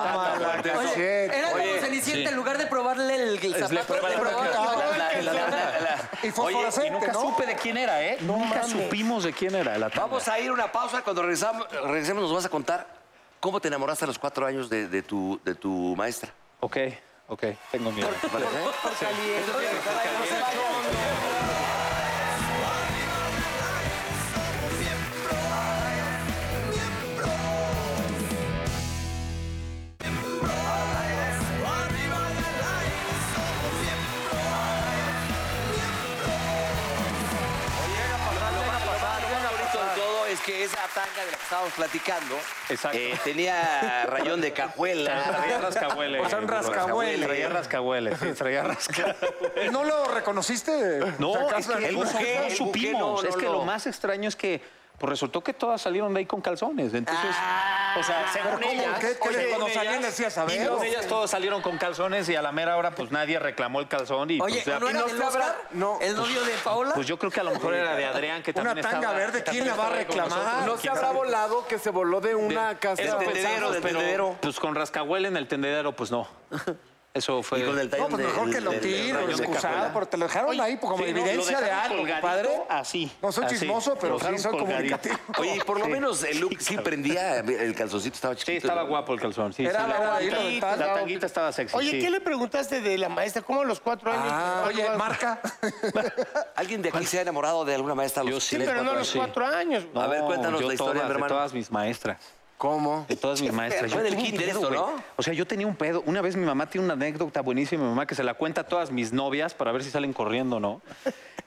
Speaker 9: tanga, güey.
Speaker 6: Oye, era como Cenicienta, en lugar de probarle el, el zapato,
Speaker 9: prueba
Speaker 6: le
Speaker 9: la
Speaker 6: probaban
Speaker 9: tanga.
Speaker 6: la- la- la- la-
Speaker 7: Y fosforescente,
Speaker 9: y nunca
Speaker 7: ¿no?
Speaker 9: supe de quién era, ¿eh? nunca
Speaker 5: mames.
Speaker 9: supimos de quién era la tanga.
Speaker 4: Vamos a ir a una pausa. Cuando regresamos, regresemos nos vas a contar cómo te enamoraste a los cuatro años de, de tu, de tu maestra.
Speaker 9: Ok, ok, tengo miedo.
Speaker 4: ¿Te parece? de todo es que esa tanga de la que estábamos platicando
Speaker 9: Exacto.
Speaker 4: eh, tenía rayón de cajuela.
Speaker 9: (laughs) Traía rascahueles.
Speaker 7: O sea, un rascahuele.
Speaker 9: Traía rascahueles, sí, traía rascahueles.
Speaker 7: ¿No lo reconociste?
Speaker 9: No,
Speaker 7: O sea,
Speaker 9: es
Speaker 7: acaso-
Speaker 9: que
Speaker 4: el
Speaker 9: no
Speaker 4: buque, el
Speaker 9: supimos.
Speaker 4: buque no,
Speaker 9: es
Speaker 4: no,
Speaker 9: que
Speaker 4: no.
Speaker 9: lo más extraño es que pues, resultó que todas salieron de ahí con calzones. Entonces, o sea, según
Speaker 7: Ah, ¿cómo?
Speaker 9: ellas...
Speaker 7: ¿Qué- qué le- cuando
Speaker 9: según
Speaker 7: salían
Speaker 9: ellas-
Speaker 7: decías, a ver?
Speaker 9: según ellas todas salieron con calzones y a la mera hora pues nadie reclamó el calzón y
Speaker 6: Oye,
Speaker 9: pues, ya-
Speaker 6: ¿no era
Speaker 3: no
Speaker 6: del
Speaker 3: sabrá-
Speaker 6: Oscar?
Speaker 3: no.
Speaker 6: ¿El novio de Paola?
Speaker 9: pues yo creo que a lo mejor era de Adrián que
Speaker 7: Una
Speaker 9: también
Speaker 7: tanga
Speaker 9: estaba-
Speaker 7: verde,
Speaker 9: que
Speaker 7: ¿quién
Speaker 9: también
Speaker 7: la va a
Speaker 9: estaba ahí con
Speaker 7: reclamar?
Speaker 9: nosotros.
Speaker 3: Ah, ¿No se habrá volado que se voló de
Speaker 9: Este,
Speaker 3: una casa?
Speaker 4: del tendedero, del
Speaker 9: pero,
Speaker 4: tendedero.
Speaker 9: Pues con rascahuel en el tendedero,
Speaker 4: (laughs)
Speaker 9: pues no. Eso fue.
Speaker 4: Y con
Speaker 7: (laughs)
Speaker 4: el
Speaker 7: No,
Speaker 4: tallón
Speaker 7: pues
Speaker 4: del-
Speaker 7: mejor que lo
Speaker 4: del- del
Speaker 7: tiro,
Speaker 4: rayón de
Speaker 7: excusado,
Speaker 4: cajuela.
Speaker 7: pero te lo dejaron ahí pues, como
Speaker 9: Sí, no,
Speaker 7: evidencia
Speaker 9: lo
Speaker 7: de
Speaker 9: dejaron
Speaker 7: algo,
Speaker 9: colgadito,
Speaker 7: padre.
Speaker 9: Así.
Speaker 7: No soy
Speaker 9: así.
Speaker 7: chismoso, pero
Speaker 9: Lo
Speaker 7: sí
Speaker 9: dejaron
Speaker 7: soy
Speaker 9: colgadito.
Speaker 7: comunicativo.
Speaker 4: Oye, y por lo
Speaker 9: Sí.
Speaker 4: menos el look sí prendía, el calzoncito estaba chiquito.
Speaker 9: Sí, estaba
Speaker 4: ¿no?
Speaker 9: guapo el calzón. Sí,
Speaker 7: Era
Speaker 9: sí,
Speaker 7: la- era ahí la
Speaker 9: tanguita,
Speaker 7: ventana.
Speaker 9: la tanguita estaba sexy.
Speaker 5: Oye,
Speaker 9: sí.
Speaker 5: ¿qué le preguntaste de la maestra? ¿Cómo a los cuatro años?
Speaker 7: Ah, oye,
Speaker 5: Algo-
Speaker 7: marca.
Speaker 4: ¿Alguien de aquí se ha enamorado de alguna maestra? a los
Speaker 9: Yo sí, Ah,
Speaker 5: Sí,
Speaker 4: tres,
Speaker 5: pero no a
Speaker 4: cuatro
Speaker 5: los
Speaker 4: años?
Speaker 5: cuatro años.
Speaker 4: A ver, cuéntanos
Speaker 9: yo
Speaker 4: la historia,
Speaker 9: todas,
Speaker 4: mi hermano.
Speaker 9: De todas mis maestras.
Speaker 3: ¿Cómo?
Speaker 9: De todas mis maestras.
Speaker 4: Fue del
Speaker 9: tenía un
Speaker 4: kinder
Speaker 9: pedo,
Speaker 4: esto,
Speaker 9: güey.
Speaker 4: ¿no?
Speaker 9: O sea, yo tenía un pedo. Una vez mi mamá tiene una anécdota buenísima, mi mamá, que se la cuenta a todas mis novias para ver si salen corriendo o no.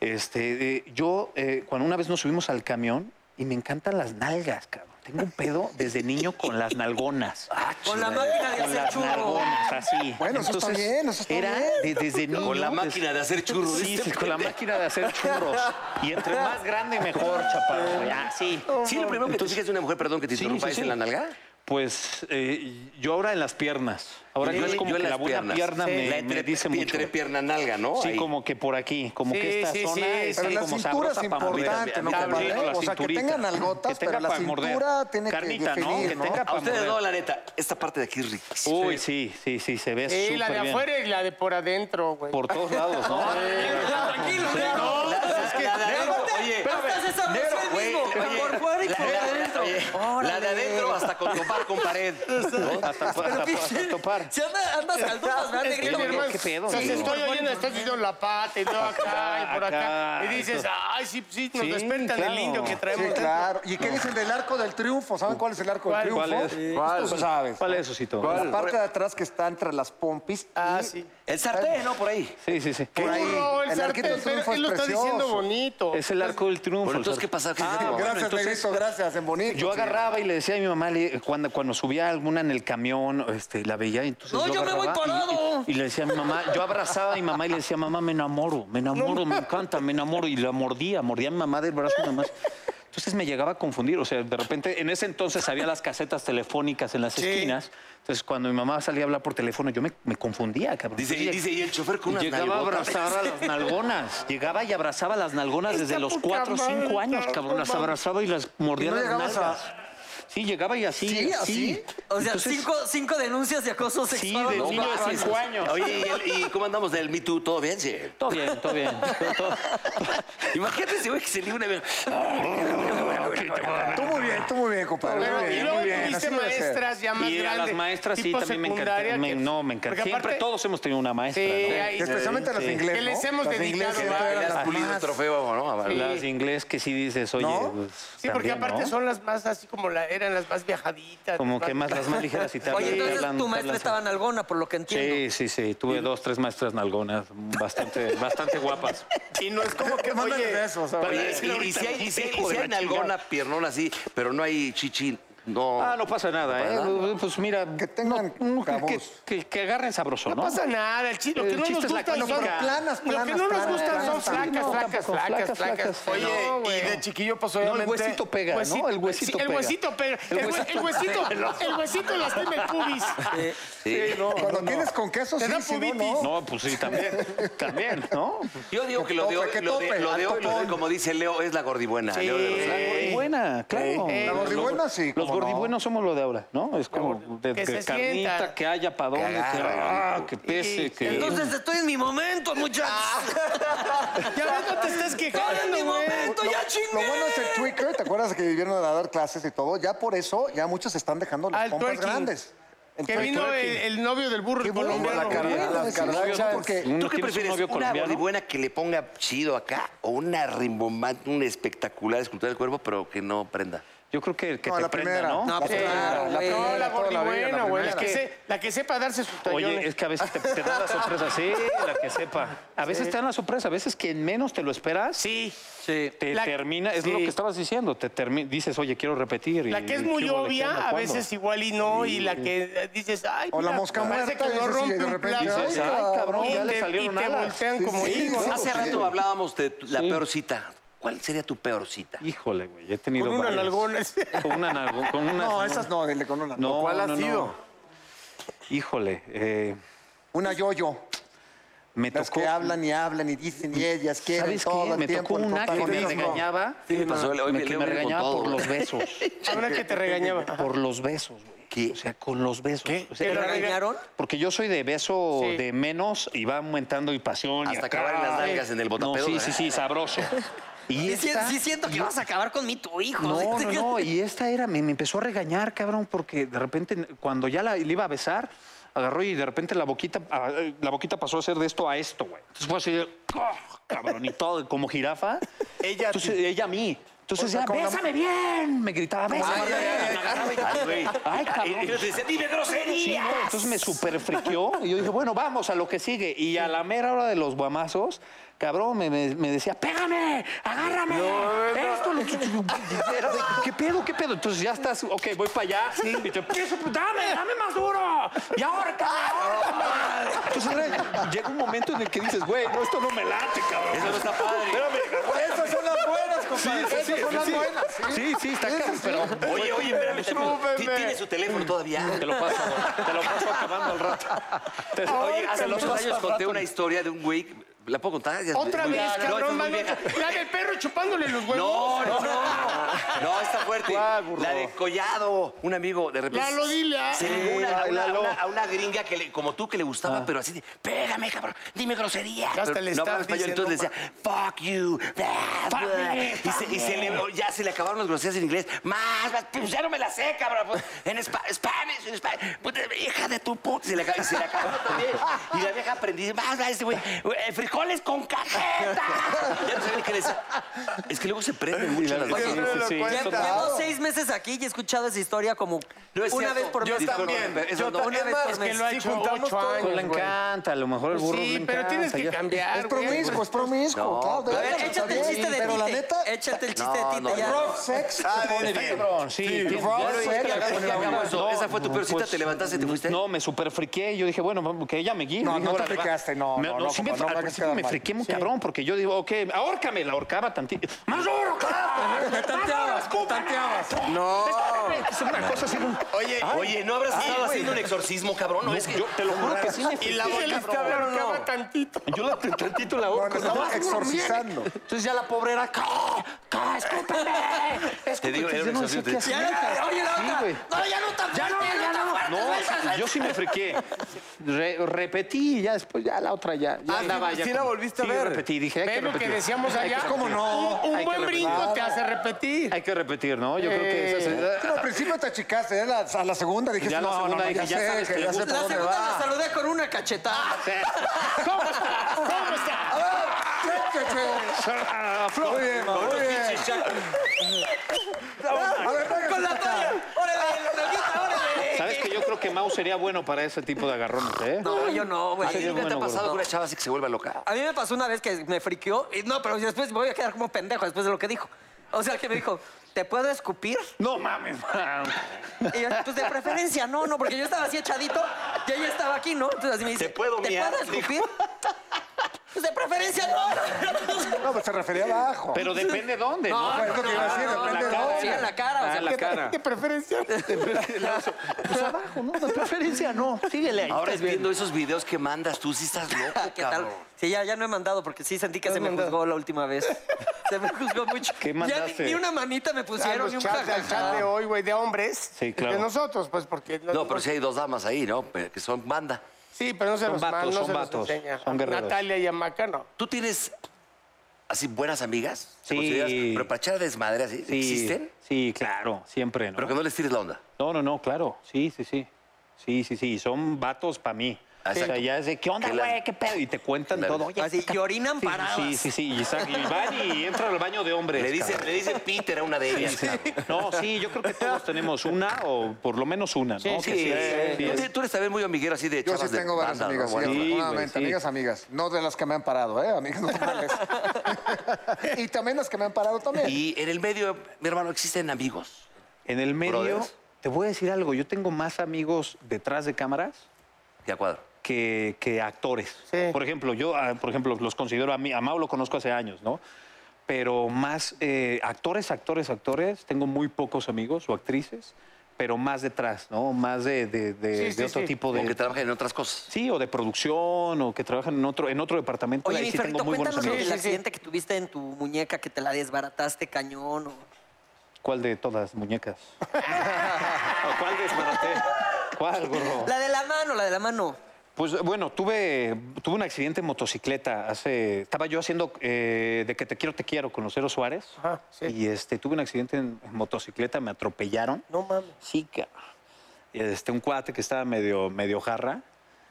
Speaker 9: Este, eh, yo, eh, cuando una vez nos subimos al camión, y me encantan las nalgas, cabrón. Tengo un pedo desde niño con
Speaker 7: (laughs)
Speaker 9: las nalgonas.
Speaker 6: Con la máquina de
Speaker 9: Con las
Speaker 6: hacer churro.
Speaker 9: nalgonas, así.
Speaker 7: Ah, Bueno, eso está bien, eso está
Speaker 9: era
Speaker 7: bien.
Speaker 9: de- desde niño.
Speaker 4: Con la
Speaker 9: des-
Speaker 4: máquina de hacer churros.
Speaker 9: Sí, sí, con la máquina de hacer churros. Y entre más
Speaker 7: (laughs)
Speaker 9: grande, mejor, chaparro. güey. Ah, sí.
Speaker 4: Sí, lo primero que te fijas de una mujer, perdón, que te
Speaker 9: Sí,
Speaker 4: interrumpa
Speaker 9: sí,
Speaker 4: es
Speaker 9: sí.
Speaker 4: en la nalga.
Speaker 9: Pues eh, yo ahora en las piernas. Ahora yo es como
Speaker 4: en
Speaker 9: que la
Speaker 4: las
Speaker 9: buena
Speaker 4: piernas.
Speaker 9: pierna
Speaker 4: Sí.
Speaker 9: me,
Speaker 4: La
Speaker 9: me
Speaker 4: entre-
Speaker 9: dice mucho.
Speaker 4: Entrepierna nalga, ¿no?
Speaker 9: Sí,
Speaker 4: Ahí.
Speaker 9: como que por aquí, como
Speaker 5: Sí,
Speaker 9: que esta
Speaker 5: sí,
Speaker 9: zona
Speaker 5: sí,
Speaker 9: es
Speaker 7: Pero la
Speaker 9: como
Speaker 7: cintura es
Speaker 9: sabrosa para morder.
Speaker 7: importante, ¿no,
Speaker 9: Sí,
Speaker 7: compadre?
Speaker 9: la
Speaker 7: O sea, que
Speaker 9: cinturita.
Speaker 7: tengan algotas,
Speaker 9: Que tenga
Speaker 7: pero la
Speaker 9: para morder.
Speaker 7: cintura tiene que
Speaker 9: Carnita, ¿no?
Speaker 7: definir,
Speaker 9: Que
Speaker 7: ¿no?
Speaker 9: tenga
Speaker 4: A
Speaker 9: para
Speaker 4: ustedes
Speaker 9: morder.
Speaker 4: no, la neta. Esta parte de aquí es riquísima.
Speaker 9: Uy, sí, sí, sí, se ve
Speaker 5: Sí, la de
Speaker 9: súper bien.
Speaker 5: afuera Eh, y la de por adentro, güey.
Speaker 9: Por todos lados,
Speaker 7: (laughs) Ah,
Speaker 9: ¿no?
Speaker 6: Tranquilo, negro.
Speaker 4: La- la de adentro, oye.
Speaker 6: Hasta se saboreó el
Speaker 4: güey,
Speaker 6: mismo,
Speaker 4: oye,
Speaker 6: por fuera y
Speaker 4: la-
Speaker 6: por
Speaker 4: la-
Speaker 6: adentro.
Speaker 4: oye, La de adentro hasta con topar con
Speaker 9: (laughs)
Speaker 4: pared.
Speaker 9: Hasta, hasta- hasta- (laughs) hasta topar.
Speaker 6: Si andas, andas caldudas, ¿verdad,
Speaker 5: Es que,
Speaker 6: negrito?
Speaker 5: mi hermano,
Speaker 9: ¿Qué pedo,
Speaker 5: o sea,
Speaker 9: amigo?
Speaker 5: si estoy oyendo, estás diciendo la pata y
Speaker 9: (laughs)
Speaker 5: todo acá y por acá.
Speaker 9: Acá,
Speaker 5: Y dices,
Speaker 9: esto.
Speaker 5: ay, sí, sí, nos
Speaker 9: Sí,
Speaker 5: despertan el
Speaker 9: claro.
Speaker 5: indio que traemos.
Speaker 7: Sí,
Speaker 5: dentro.
Speaker 7: claro. ¿Y qué dicen del arco del triunfo? ¿Saben cuál es el arco del triunfo?
Speaker 5: ¿Cuál?
Speaker 9: ¿Cuál es?
Speaker 7: Pues Tú sabes.
Speaker 9: ¿Cuál es, Osito?
Speaker 7: La parte de atrás que está entre las pompis.
Speaker 5: Ah,
Speaker 7: y
Speaker 5: sí.
Speaker 4: El sartén, ¿no? Por ahí.
Speaker 9: Sí, sí, sí.
Speaker 7: Por ahí.
Speaker 5: Burro, el,
Speaker 7: El
Speaker 5: sartén,
Speaker 7: arquito del
Speaker 5: pero
Speaker 7: triunfo
Speaker 5: él
Speaker 7: es
Speaker 5: lo está diciendo
Speaker 7: precioso.
Speaker 5: bonito.
Speaker 9: Es el arco del triunfo.
Speaker 4: Bueno,
Speaker 9: el
Speaker 4: entonces, ¿qué pasa? ¿Qué
Speaker 7: Ah,
Speaker 4: hiciste?
Speaker 7: gracias, Negrito, gracias, en bonito.
Speaker 9: Yo
Speaker 7: sí.
Speaker 9: agarraba y le decía a mi mamá le- cuando, cuando subía alguna en el camión, este, la veía y entonces.
Speaker 6: No, yo me voy
Speaker 9: agarraba y-
Speaker 6: parado.
Speaker 9: Y, y le decía a mi mamá, yo abrazaba a mi mamá y le decía, mamá, me enamoro, me enamoro, me encanta, me enamoro. Y la mordía, mordía a mi mamá del brazo nada más. Entonces Entonces me llegaba a confundir, o sea, de repente, en ese entonces había las casetas telefónicas en las
Speaker 5: Sí.
Speaker 9: esquinas. Entonces, cuando mi mamá salía a hablar por teléfono, yo me, me confundía, cabrón.
Speaker 4: Dice, y,
Speaker 9: Entonces,
Speaker 4: dice, y el chofer con unas
Speaker 9: Llegaba a
Speaker 4: nalgotas.
Speaker 9: abrazar a las nalgonas. (laughs) Llegaba y abrazaba las nalgonas desde los
Speaker 5: poca
Speaker 9: 4 o
Speaker 5: madre,
Speaker 9: 5 años,
Speaker 5: está
Speaker 9: cabrón. Las
Speaker 5: poca madre.
Speaker 9: abrazaba y las mordía
Speaker 7: ¿Y no
Speaker 9: las
Speaker 7: llegabas a-
Speaker 9: nalgas. Sí, llegaba y así.
Speaker 8: ¿Sí? ¿Así? O sea,
Speaker 9: Entonces,
Speaker 8: cinco, cinco denuncias de acoso
Speaker 9: Sí,
Speaker 8: sexual.
Speaker 9: de
Speaker 8: No
Speaker 9: niño
Speaker 8: mames.
Speaker 9: de 5
Speaker 4: (laughs)
Speaker 9: años.
Speaker 4: Oye, ¿y, el- y cómo andamos del Me Too? ¿Todo bien? Sí.
Speaker 9: Todo bien, todo bien. Todo- todo-
Speaker 4: Imagínate si güey que se liga una vez.
Speaker 7: Tú muy bien, tú muy bien, compadre.
Speaker 5: Pero,
Speaker 7: muy
Speaker 5: y
Speaker 7: bien,
Speaker 5: luego
Speaker 7: muy bien,
Speaker 5: tuviste
Speaker 7: así debe ser.
Speaker 5: maestras ya más
Speaker 9: y a
Speaker 5: grandes.
Speaker 9: las maestras sí
Speaker 5: tipo
Speaker 9: también me encanta.
Speaker 5: secundaria
Speaker 9: me-
Speaker 5: que-
Speaker 9: no, me encanta.
Speaker 5: porque
Speaker 9: Siempre
Speaker 5: aparte-
Speaker 9: todos hemos tenido una maestra.
Speaker 5: Sí,
Speaker 9: ¿no?
Speaker 5: hay-
Speaker 7: Y especialmente las de
Speaker 9: Sí.
Speaker 7: inglés,
Speaker 5: Que les
Speaker 7: ¿no?
Speaker 5: hemos
Speaker 7: Las de
Speaker 5: dedicado
Speaker 7: inglés,
Speaker 5: varias.
Speaker 7: que eran
Speaker 4: Le has
Speaker 7: las
Speaker 4: pulido el
Speaker 7: más-
Speaker 4: trofeo, ¿no? A ver.
Speaker 9: Las de inglés que sí dices, oye.
Speaker 7: ¿No?
Speaker 9: pues,
Speaker 5: Sí, porque
Speaker 9: también,
Speaker 5: aparte
Speaker 9: ¿no?
Speaker 5: son las más así como la, eran las más viajaditas.
Speaker 9: Como que más
Speaker 5: (laughs)
Speaker 9: las más ligeras y tal.
Speaker 6: Oye, entonces tu maestra estaba
Speaker 9: estaban
Speaker 6: nalgona, por lo que entiendo.
Speaker 9: Sí, sí, sí. Tuve dos, tres maestras nalgonas (laughs) bastante, bastante guapas.
Speaker 3: Y no es como
Speaker 9: (laughs)
Speaker 3: que,
Speaker 7: Mándale
Speaker 3: oye,
Speaker 7: besos, a ver.
Speaker 4: Oye, y, y si hay, y si hay, y si hay nalgona piernona así, pero no hay chichi, no.
Speaker 9: Ah, no pasa nada, ¿eh? Pues mira.
Speaker 7: Que tengan
Speaker 9: no, que-
Speaker 7: tabús.
Speaker 9: que, que- que agarren sabroso, ¿no?
Speaker 5: No, pasa nada, el chiste, lo
Speaker 9: El
Speaker 5: que no
Speaker 9: chiste
Speaker 5: nos
Speaker 9: es la
Speaker 5: gustan son
Speaker 9: química.
Speaker 7: Planas,
Speaker 5: Lo que
Speaker 7: planas,
Speaker 5: no nos
Speaker 7: planas,
Speaker 5: gustan son
Speaker 7: planas,
Speaker 5: flacas,
Speaker 9: no,
Speaker 5: flacas,
Speaker 9: tampoco,
Speaker 5: flacas,
Speaker 9: flacas,
Speaker 5: flacas.
Speaker 9: flacas.
Speaker 3: oye,
Speaker 5: No,
Speaker 3: y
Speaker 5: güey.
Speaker 3: de chiquillo, pues
Speaker 9: No,
Speaker 3: obviamente.
Speaker 9: el huesito pega, ¿no? El huesito
Speaker 5: sí,
Speaker 9: pega.
Speaker 5: El huesito pega. El, hue- el huesito, el huesito lastima el pubis.
Speaker 4: Sí.
Speaker 7: Cuando tienes con queso,
Speaker 5: Te
Speaker 7: sí,
Speaker 5: da
Speaker 7: si no,
Speaker 5: pubitis.
Speaker 7: no.
Speaker 9: No, pues sí, también. (laughs) También, ¿no?
Speaker 4: Yo digo que lo de hoy,
Speaker 7: tope, que
Speaker 4: lo de,
Speaker 7: tope,
Speaker 4: lo de
Speaker 7: al
Speaker 4: hoy, lo de hoy,
Speaker 7: topón.
Speaker 4: como dice Leo, es la gordibuena. Leo de los-
Speaker 9: La gordibuena, claro.
Speaker 5: Eh,
Speaker 7: La gordibuena sí, cómo
Speaker 9: Los
Speaker 7: no.
Speaker 9: gordibuenos somos lo de ahora, ¿no? Es como de,
Speaker 5: que
Speaker 9: de
Speaker 5: se
Speaker 9: carnita,
Speaker 5: sienta.
Speaker 9: que haya para dónde, que,
Speaker 4: agarre,
Speaker 9: ah, que pese, que...
Speaker 6: Entonces estoy en mi momento, muchachos.
Speaker 5: Ya ves, no te estés
Speaker 6: Estoy en mi
Speaker 5: quejando, güey.
Speaker 6: momento, ya chingué.
Speaker 7: Lo bueno es el Twitter, ¿te acuerdas que vivieron a dar clases y todo? Ya por eso, ya muchos están dejando
Speaker 5: Ah,
Speaker 7: las
Speaker 5: el
Speaker 7: pompas
Speaker 5: twerking.
Speaker 7: grandes. El
Speaker 5: Que
Speaker 7: twerking.
Speaker 5: vino el, el novio del burro,
Speaker 7: Qué
Speaker 5: el
Speaker 7: bueno,
Speaker 5: colombiano.
Speaker 7: la cara-
Speaker 5: güey.
Speaker 7: las carranchas, porque
Speaker 9: Uno
Speaker 4: ¿Tú qué
Speaker 9: tiene su
Speaker 4: prefieres?
Speaker 9: novio
Speaker 4: ¿Una
Speaker 9: colombiano.
Speaker 4: gordibuena que le ponga chido acá o una rimbombante, un espectacular escultura del cuerpo, pero que no prenda?
Speaker 9: Yo creo que el que
Speaker 7: No,
Speaker 9: te
Speaker 7: la
Speaker 9: prenda,
Speaker 7: primera.
Speaker 9: ¿no?
Speaker 7: La
Speaker 6: pues
Speaker 7: primera,
Speaker 6: claro,
Speaker 7: la
Speaker 6: güey.
Speaker 7: primera,
Speaker 5: No, la
Speaker 7: toda vida,
Speaker 5: gordibuena, güey. La,
Speaker 7: primera.
Speaker 5: que se- la que sepa darse sus tallones.
Speaker 9: Oye, es que a veces te,
Speaker 5: (laughs)
Speaker 9: te dan la sorpresa, sí, la que sepa. A veces te dan la sorpresa, a veces que en menos te lo esperas.
Speaker 5: Sí.
Speaker 9: Te
Speaker 5: La-
Speaker 9: termina, es lo
Speaker 5: sí.
Speaker 9: que estabas diciendo, te termi- dices, oye, quiero repetir. y-
Speaker 5: La que es
Speaker 9: ¿qué
Speaker 5: muy
Speaker 9: hubo, le
Speaker 5: obvia,
Speaker 9: queda,
Speaker 5: a
Speaker 9: cuándo?
Speaker 5: veces igual y no, y la que eh, dices, ay,
Speaker 7: O la
Speaker 5: mira,
Speaker 7: mosca
Speaker 5: parece
Speaker 7: muerta,
Speaker 5: que no
Speaker 7: dices, y
Speaker 5: rompe
Speaker 7: de
Speaker 5: un
Speaker 7: repente,
Speaker 5: plato.
Speaker 9: Dices, ay, cabrón,
Speaker 5: y
Speaker 9: ya
Speaker 5: te-
Speaker 9: le
Speaker 5: y
Speaker 9: salieron
Speaker 5: te
Speaker 9: alas.
Speaker 5: voltean como
Speaker 7: sí,
Speaker 5: hijos.
Speaker 7: claro.
Speaker 4: Hace
Speaker 7: sí.
Speaker 4: rato hablábamos de tu- la peor cita. ¿Cuál sería tu peor cita?
Speaker 9: Híjole, güey, he tenido
Speaker 5: Con una
Speaker 9: varias.
Speaker 5: nalgona.
Speaker 9: (laughs) Con una nalgona. Con una,
Speaker 7: No, esas no, dile con una.
Speaker 9: No,
Speaker 3: ¿Cuál ha
Speaker 9: no, no.
Speaker 3: sido?
Speaker 9: Híjole, eh,
Speaker 7: Una yoyo.
Speaker 9: me
Speaker 7: Las
Speaker 9: tocó...
Speaker 7: que hablan y hablan y dicen y ellas quieren
Speaker 9: ¿Sabes
Speaker 7: todo
Speaker 9: qué?
Speaker 7: el
Speaker 9: Me
Speaker 7: tiempo.
Speaker 9: tocó
Speaker 7: el
Speaker 9: una que me
Speaker 7: protagonismo.
Speaker 9: regañaba.
Speaker 4: Sí, me pasó. Hoy
Speaker 9: me-
Speaker 4: me-
Speaker 9: que
Speaker 4: Leo
Speaker 9: me
Speaker 4: me
Speaker 9: regañaba
Speaker 4: contó,
Speaker 9: por
Speaker 4: (laughs) güey.
Speaker 9: los besos.
Speaker 5: Una que te regañaba.
Speaker 9: Por los besos, güey.
Speaker 4: ¿Qué?
Speaker 9: O sea, con los besos. O sea,
Speaker 5: ¿Te
Speaker 9: era-
Speaker 5: regañaron?
Speaker 9: Porque yo soy de beso
Speaker 5: Sí.
Speaker 9: de menos y va aumentando y pasión. y
Speaker 4: Hasta
Speaker 9: acá.
Speaker 4: acabar en las nalgas en el
Speaker 9: No,
Speaker 4: botapedo.
Speaker 9: sí, sí,
Speaker 4: (laughs)
Speaker 9: sí, sabroso. Y
Speaker 6: Sí, sí,
Speaker 9: esta-
Speaker 6: sí siento que vas a acabar con mi tu hijo. (laughs)
Speaker 9: No, no, no. Y esta era, me, me empezó a regañar, cabrón, porque de repente, cuando ya la, le iba a besar, agarró y de repente la boquita, ah, eh, la boquita pasó a ser de esto a esto, güey. Entonces fue así de, "Oh, cabrón, y todo,
Speaker 4: (laughs)
Speaker 9: como jirafa. Ella Entonces, ella a mí. Entonces, ya, bésame bien. Me gritaba, bésame bien. Me agarraba y-
Speaker 4: Ay, güey.
Speaker 9: Ay,
Speaker 4: Y
Speaker 9: cabrón.
Speaker 4: te dice, dime
Speaker 9: Sí,
Speaker 4: grosería.
Speaker 9: no, entonces me super friqueó y yo dije, bueno, vamos a lo que sigue. Y a la mera hora de los guamazos, cabrón, me, me- me decía, pégame, agárrame. Esto, lo que- era de, ¿qué pedo, qué pedo? Entonces ya estás, ok, voy para allá. Y te empiezo, pues, dame, dame más duro. Y ahora, cabrón. Entonces era- llega un momento en el que dices, güey, no, esto no me late, cabrón.
Speaker 4: Eso no está padre.
Speaker 7: Esas son las buenas, compadre. Esas son las buenas.
Speaker 9: Sí, sí, está cabrón, pero
Speaker 4: Oye, oye, espérame. espérame. ¿Tiene su teléfono todavía?
Speaker 9: te lo paso, te lo paso acabando al rato. Te-
Speaker 4: Oye, hace los dos años conté una historia de un güey. ¿La puedo contar? Ya es
Speaker 5: Otra
Speaker 4: muy-
Speaker 5: vez,
Speaker 4: No, esta es
Speaker 5: cabrón,
Speaker 4: muy
Speaker 5: mano.
Speaker 4: vieja.
Speaker 5: La del perro chupándole los huevos.
Speaker 4: No, no, no. No, está fuerte.
Speaker 9: ¿Cuál, burro?
Speaker 4: La de Collado, un amigo de repente.
Speaker 5: Lalo, dile, ah.
Speaker 4: Se ligó una, una- una- a una gringa que le- como tú que le gustaba, pero así de, pégame, cabrón, dime grosería.
Speaker 5: Ya hasta
Speaker 4: Pero
Speaker 5: le
Speaker 4: no
Speaker 5: estás
Speaker 4: hablaba español,
Speaker 5: diciendo,
Speaker 4: entonces decía, fuck you. blah,
Speaker 9: Fuck
Speaker 4: blah".
Speaker 9: me,
Speaker 4: y se, y se le- ya se le acabaron las groserías en inglés. Más, más, pues ya no me las sé, cabrón. pues, en spa- Spanish, en Spanish. Puta, hija de tu puta. Se le, acab- y se le acabó también. Y la vieja aprendí, más, más, este güey, eh, frijoles con cajeta. Ya no sabía qué decía. Es que luego se prenden mucho las
Speaker 9: Sí,
Speaker 4: vacas.
Speaker 9: sí, sí,
Speaker 6: Ya
Speaker 9: eso-
Speaker 6: Llevo seis meses aquí y he escuchado esa historia como
Speaker 4: No es
Speaker 6: una
Speaker 4: cierto.
Speaker 6: vez por
Speaker 4: Yo
Speaker 6: mes.
Speaker 4: también.
Speaker 6: Eso
Speaker 4: Yo
Speaker 6: no,
Speaker 4: también.
Speaker 6: una vez por mes.
Speaker 5: que lo ha
Speaker 3: Si
Speaker 5: hecho
Speaker 3: juntamos
Speaker 5: ocho
Speaker 3: todo-
Speaker 5: años.
Speaker 9: Pues le
Speaker 5: güey.
Speaker 7: Ah,
Speaker 9: encanta, a lo mejor el burro le
Speaker 5: Sí,
Speaker 9: encanta.
Speaker 5: pero tienes que
Speaker 9: ya.
Speaker 5: cambiar,
Speaker 7: Es
Speaker 5: güey.
Speaker 7: promiscuo, es promiscuo.
Speaker 4: No.
Speaker 7: claro,
Speaker 4: A ver,
Speaker 7: déjalo,
Speaker 6: échate el
Speaker 7: está
Speaker 6: chiste de Eh,
Speaker 7: bien, Pero la
Speaker 6: Tite.
Speaker 7: neta,
Speaker 6: échate el chiste de Tite ya.
Speaker 7: Rough sex se pone bien.
Speaker 9: Sí,
Speaker 7: Rough sex
Speaker 4: Ya
Speaker 7: se
Speaker 4: ves que
Speaker 7: pone bien.
Speaker 4: acabó eso.
Speaker 9: No,
Speaker 4: Esa fue tu peor cita,
Speaker 9: pues,
Speaker 4: te levantaste y te fuiste.
Speaker 9: No, me super friqué. Yo dije, bueno, que ella me guíe.
Speaker 7: No,
Speaker 9: Dije,
Speaker 7: no te
Speaker 9: órale, va.
Speaker 7: friqueaste, no,
Speaker 9: Me-
Speaker 7: no, no,
Speaker 9: sí me-
Speaker 7: como no, vas
Speaker 9: al
Speaker 7: a
Speaker 9: principio
Speaker 7: quedar
Speaker 9: me
Speaker 7: mal.
Speaker 9: friqué muy cabrón porque yo digo, ok, ahórcame, la ahorcaba tantito. ¡Más duro, (laughs) carajo! ¡Más duro, escúpame!
Speaker 3: No.
Speaker 9: Es una cosa así. un-
Speaker 4: Oye, oye, ¿no habrás estado haciendo un exorcismo, cabrón? No, es que...
Speaker 9: Yo te lo juro que sí me
Speaker 3: Y
Speaker 9: friqué.
Speaker 3: la volcaste a ver, o no.
Speaker 5: tantito.
Speaker 9: Yo la tantito la
Speaker 7: No, no,
Speaker 9: ahorco.
Speaker 7: estaba exorcizando.
Speaker 9: Entonces ya la pobre era, ¡ca! ¡ca! ¡Escúpeme!
Speaker 4: Te digo, era un
Speaker 9: Yo no
Speaker 4: exorcismo,
Speaker 9: sé
Speaker 4: te-
Speaker 9: qué hacer.
Speaker 6: Ya, oye, la otra.
Speaker 9: güey.
Speaker 6: No, ya no tan
Speaker 9: Ya no,
Speaker 6: fuerte,
Speaker 9: ya
Speaker 6: tan fuerte,
Speaker 7: pues,
Speaker 6: suéltala.
Speaker 9: no. No, yo sí me friqué. Re- repetí y ya después, ya la otra ya. ya
Speaker 3: Ah,
Speaker 9: andaba
Speaker 3: sí,
Speaker 9: ya
Speaker 3: sí la volviste a
Speaker 9: Sí,
Speaker 3: ver.
Speaker 9: repetí, dije, hay que
Speaker 5: ¿Ves lo que
Speaker 9: repetir.
Speaker 5: decíamos
Speaker 9: Hay que
Speaker 5: allá?
Speaker 9: repetir.
Speaker 5: Un, un
Speaker 9: Hay que
Speaker 5: buen
Speaker 9: repetir. Ah,
Speaker 5: brinco te hace repetir.
Speaker 9: Hay que repetir, ¿no? Yo creo que esa
Speaker 2: Eh.
Speaker 9: es-
Speaker 7: No, al principio te achicaste, ya la- a la segunda dijiste,
Speaker 9: Ya
Speaker 7: no,
Speaker 9: no, no,
Speaker 7: segunda,
Speaker 9: no,
Speaker 7: ya,
Speaker 9: dije, ya
Speaker 7: sé,
Speaker 9: sabes
Speaker 7: que
Speaker 9: que
Speaker 7: ya
Speaker 9: le
Speaker 7: sé
Speaker 9: gusta.
Speaker 7: por
Speaker 6: La
Speaker 7: dónde
Speaker 6: segunda la
Speaker 7: va. Ah.
Speaker 6: saludé con una cachetada. (laughs)
Speaker 5: ¿Cómo está? ¿Cómo está?
Speaker 9: Ah, Flor.
Speaker 7: Muy bien, muy bien. A ver, venga,
Speaker 6: Con la
Speaker 7: acá.
Speaker 6: toalla. Órale, la nalguita, órale.
Speaker 9: ¿Sabes que yo creo que Mau sería bueno para ese tipo de agarrones, eh?
Speaker 6: No, yo no,
Speaker 4: ¿A
Speaker 6: güey.
Speaker 4: ti
Speaker 9: Sería
Speaker 4: nunca te ha
Speaker 9: bueno,
Speaker 4: pasado que
Speaker 9: gordo.
Speaker 4: una chava así que se vuelva loca?
Speaker 6: A mí me pasó una vez que me friqueó. Y no, pero después voy a quedar como pendejo después de lo que dijo. O sea, que me dijo, ¿te puedo escupir?
Speaker 9: No mames, Mau.
Speaker 6: Y yo, pues de preferencia, no, no, porque yo estaba así echadito y ella estaba aquí, ¿no? Entonces así me dice,
Speaker 4: ¿Te puedo mear?
Speaker 6: escupir? Pues de preferencia, no.
Speaker 7: (laughs) No, pues se refería abajo.
Speaker 9: Pero depende dónde, ¿no?
Speaker 7: Pues, es lo que iba a decir, depende de
Speaker 6: Ah, no,
Speaker 7: dónde.
Speaker 6: sí, en la cara, o
Speaker 9: Ah,
Speaker 6: sea,
Speaker 9: en la cara.
Speaker 5: ¿Qué preferencia?
Speaker 9: Pues abajo, ¿no? De preferencia, no. Síguele ahí.
Speaker 4: Ahora
Speaker 9: estás bien.
Speaker 4: entiendo esos videos que mandas, tú sí (laughs) estás loco,
Speaker 6: ¿Qué tal?
Speaker 4: cabrón.
Speaker 6: Sí, ya, ya no he mandado porque sí sentí que se me juzgó la última vez. Se me juzgó mucho.
Speaker 9: ¿Qué
Speaker 6: ya ni-
Speaker 9: mandaste?
Speaker 6: ni, una manita me
Speaker 5: Ah,
Speaker 6: pusieron,
Speaker 5: los
Speaker 6: ni un
Speaker 5: chats, el chat de
Speaker 6: jajaja.
Speaker 5: hoy, güey, de hombres.
Speaker 9: Sí, claro.
Speaker 5: De nosotros, pues, porque...
Speaker 4: No, pero sí hay dos damas ahí, ¿no? Pero Que son banda.
Speaker 5: Sí, pero no se
Speaker 9: Son
Speaker 5: los
Speaker 9: vatos,
Speaker 5: man- no
Speaker 9: son
Speaker 5: se los
Speaker 9: vatos,
Speaker 5: enseña.
Speaker 9: son guerreros.
Speaker 5: Natalia y Amaca, no.
Speaker 4: ¿Tú tienes así buenas amigas?
Speaker 9: Sí.
Speaker 4: ¿Consideras- Pero para echar desmadre así,
Speaker 9: Sí,
Speaker 4: ¿existen?
Speaker 9: Sí, claro, siempre, ¿no?
Speaker 4: Pero que no les tires la onda.
Speaker 9: No, no, no, claro. Sí, sí, sí. Sí, sí, sí. Son vatos para mí. O sea,
Speaker 4: Exacto.
Speaker 9: ya es de, ¿qué onda,
Speaker 4: Que la-
Speaker 9: güey? ¿Qué pedo? Y te cuentan
Speaker 4: Claro.
Speaker 9: todo. Oye,
Speaker 6: Así,
Speaker 9: ca-
Speaker 6: y orinan
Speaker 9: sí,
Speaker 6: paradas.
Speaker 9: Sí, sí, sí. Y, sa- y van y entran al baño de hombres.
Speaker 4: Le dice,
Speaker 9: Pues, cabrón.
Speaker 4: le dice Peter a una de ellas. cabrón.
Speaker 9: No, sí, yo creo que todos tenemos una o por lo menos una, ¿no? Que
Speaker 4: Sí,
Speaker 9: sí, sí,
Speaker 4: Tú,
Speaker 9: es-
Speaker 4: te- tú eres también muy amiguero así de
Speaker 7: Yo
Speaker 4: chavas
Speaker 7: sí
Speaker 4: de
Speaker 7: tengo varias
Speaker 4: banda, ¿no?
Speaker 7: amigas, sí,
Speaker 4: Bueno,
Speaker 9: Sí, güey,
Speaker 7: afortunadamente,
Speaker 9: sí.
Speaker 7: amigas, amigas. No de las que me han parado, ¿eh? Amigas normales. y también las que me han parado también.
Speaker 4: Y en el medio, mi hermano, existen amigos.
Speaker 9: En el medio,
Speaker 4: Brothers.
Speaker 9: te voy a decir algo. Yo tengo más amigos detrás de cámaras
Speaker 4: De acuadro.
Speaker 9: que, que actores. Por ejemplo, yo, ah, por ejemplo, los considero a mí, a Mau lo conozco hace años, ¿no? Pero más eh, actores, actores, actores, tengo muy pocos amigos o actrices, pero más detrás, ¿no? Más de, de- de- de otro tipo de...
Speaker 4: Porque trabajan en otras cosas.
Speaker 9: Sí, o de producción, o que trabajan en otro, en otro departamento.
Speaker 6: Oye,
Speaker 9: Ahí
Speaker 6: mi
Speaker 9: sí
Speaker 6: Ferrito,
Speaker 9: tengo muy buenos
Speaker 6: cuéntanos
Speaker 9: amigos.
Speaker 6: del accidente que tuviste en tu muñeca, que te la desbarataste cañón. o-
Speaker 9: ¿Cuál de todas,
Speaker 6: (laughs)
Speaker 9: muñecas? (laughs) ¿O ¿Cuál desbaraté? ¿Cuál, gorro?
Speaker 6: La de la mano, la de la mano.
Speaker 9: Pues bueno, tuve, tuve un accidente en motocicleta hace. Estaba yo haciendo eh, de que te quiero, te quiero con los Cero Suárez.
Speaker 5: Ajá, Ah, sí.
Speaker 9: Y este, tuve un accidente en, en motocicleta, me atropellaron.
Speaker 5: No mames.
Speaker 9: Sí, cabrón. Este, un cuate que estaba medio, medio jarra.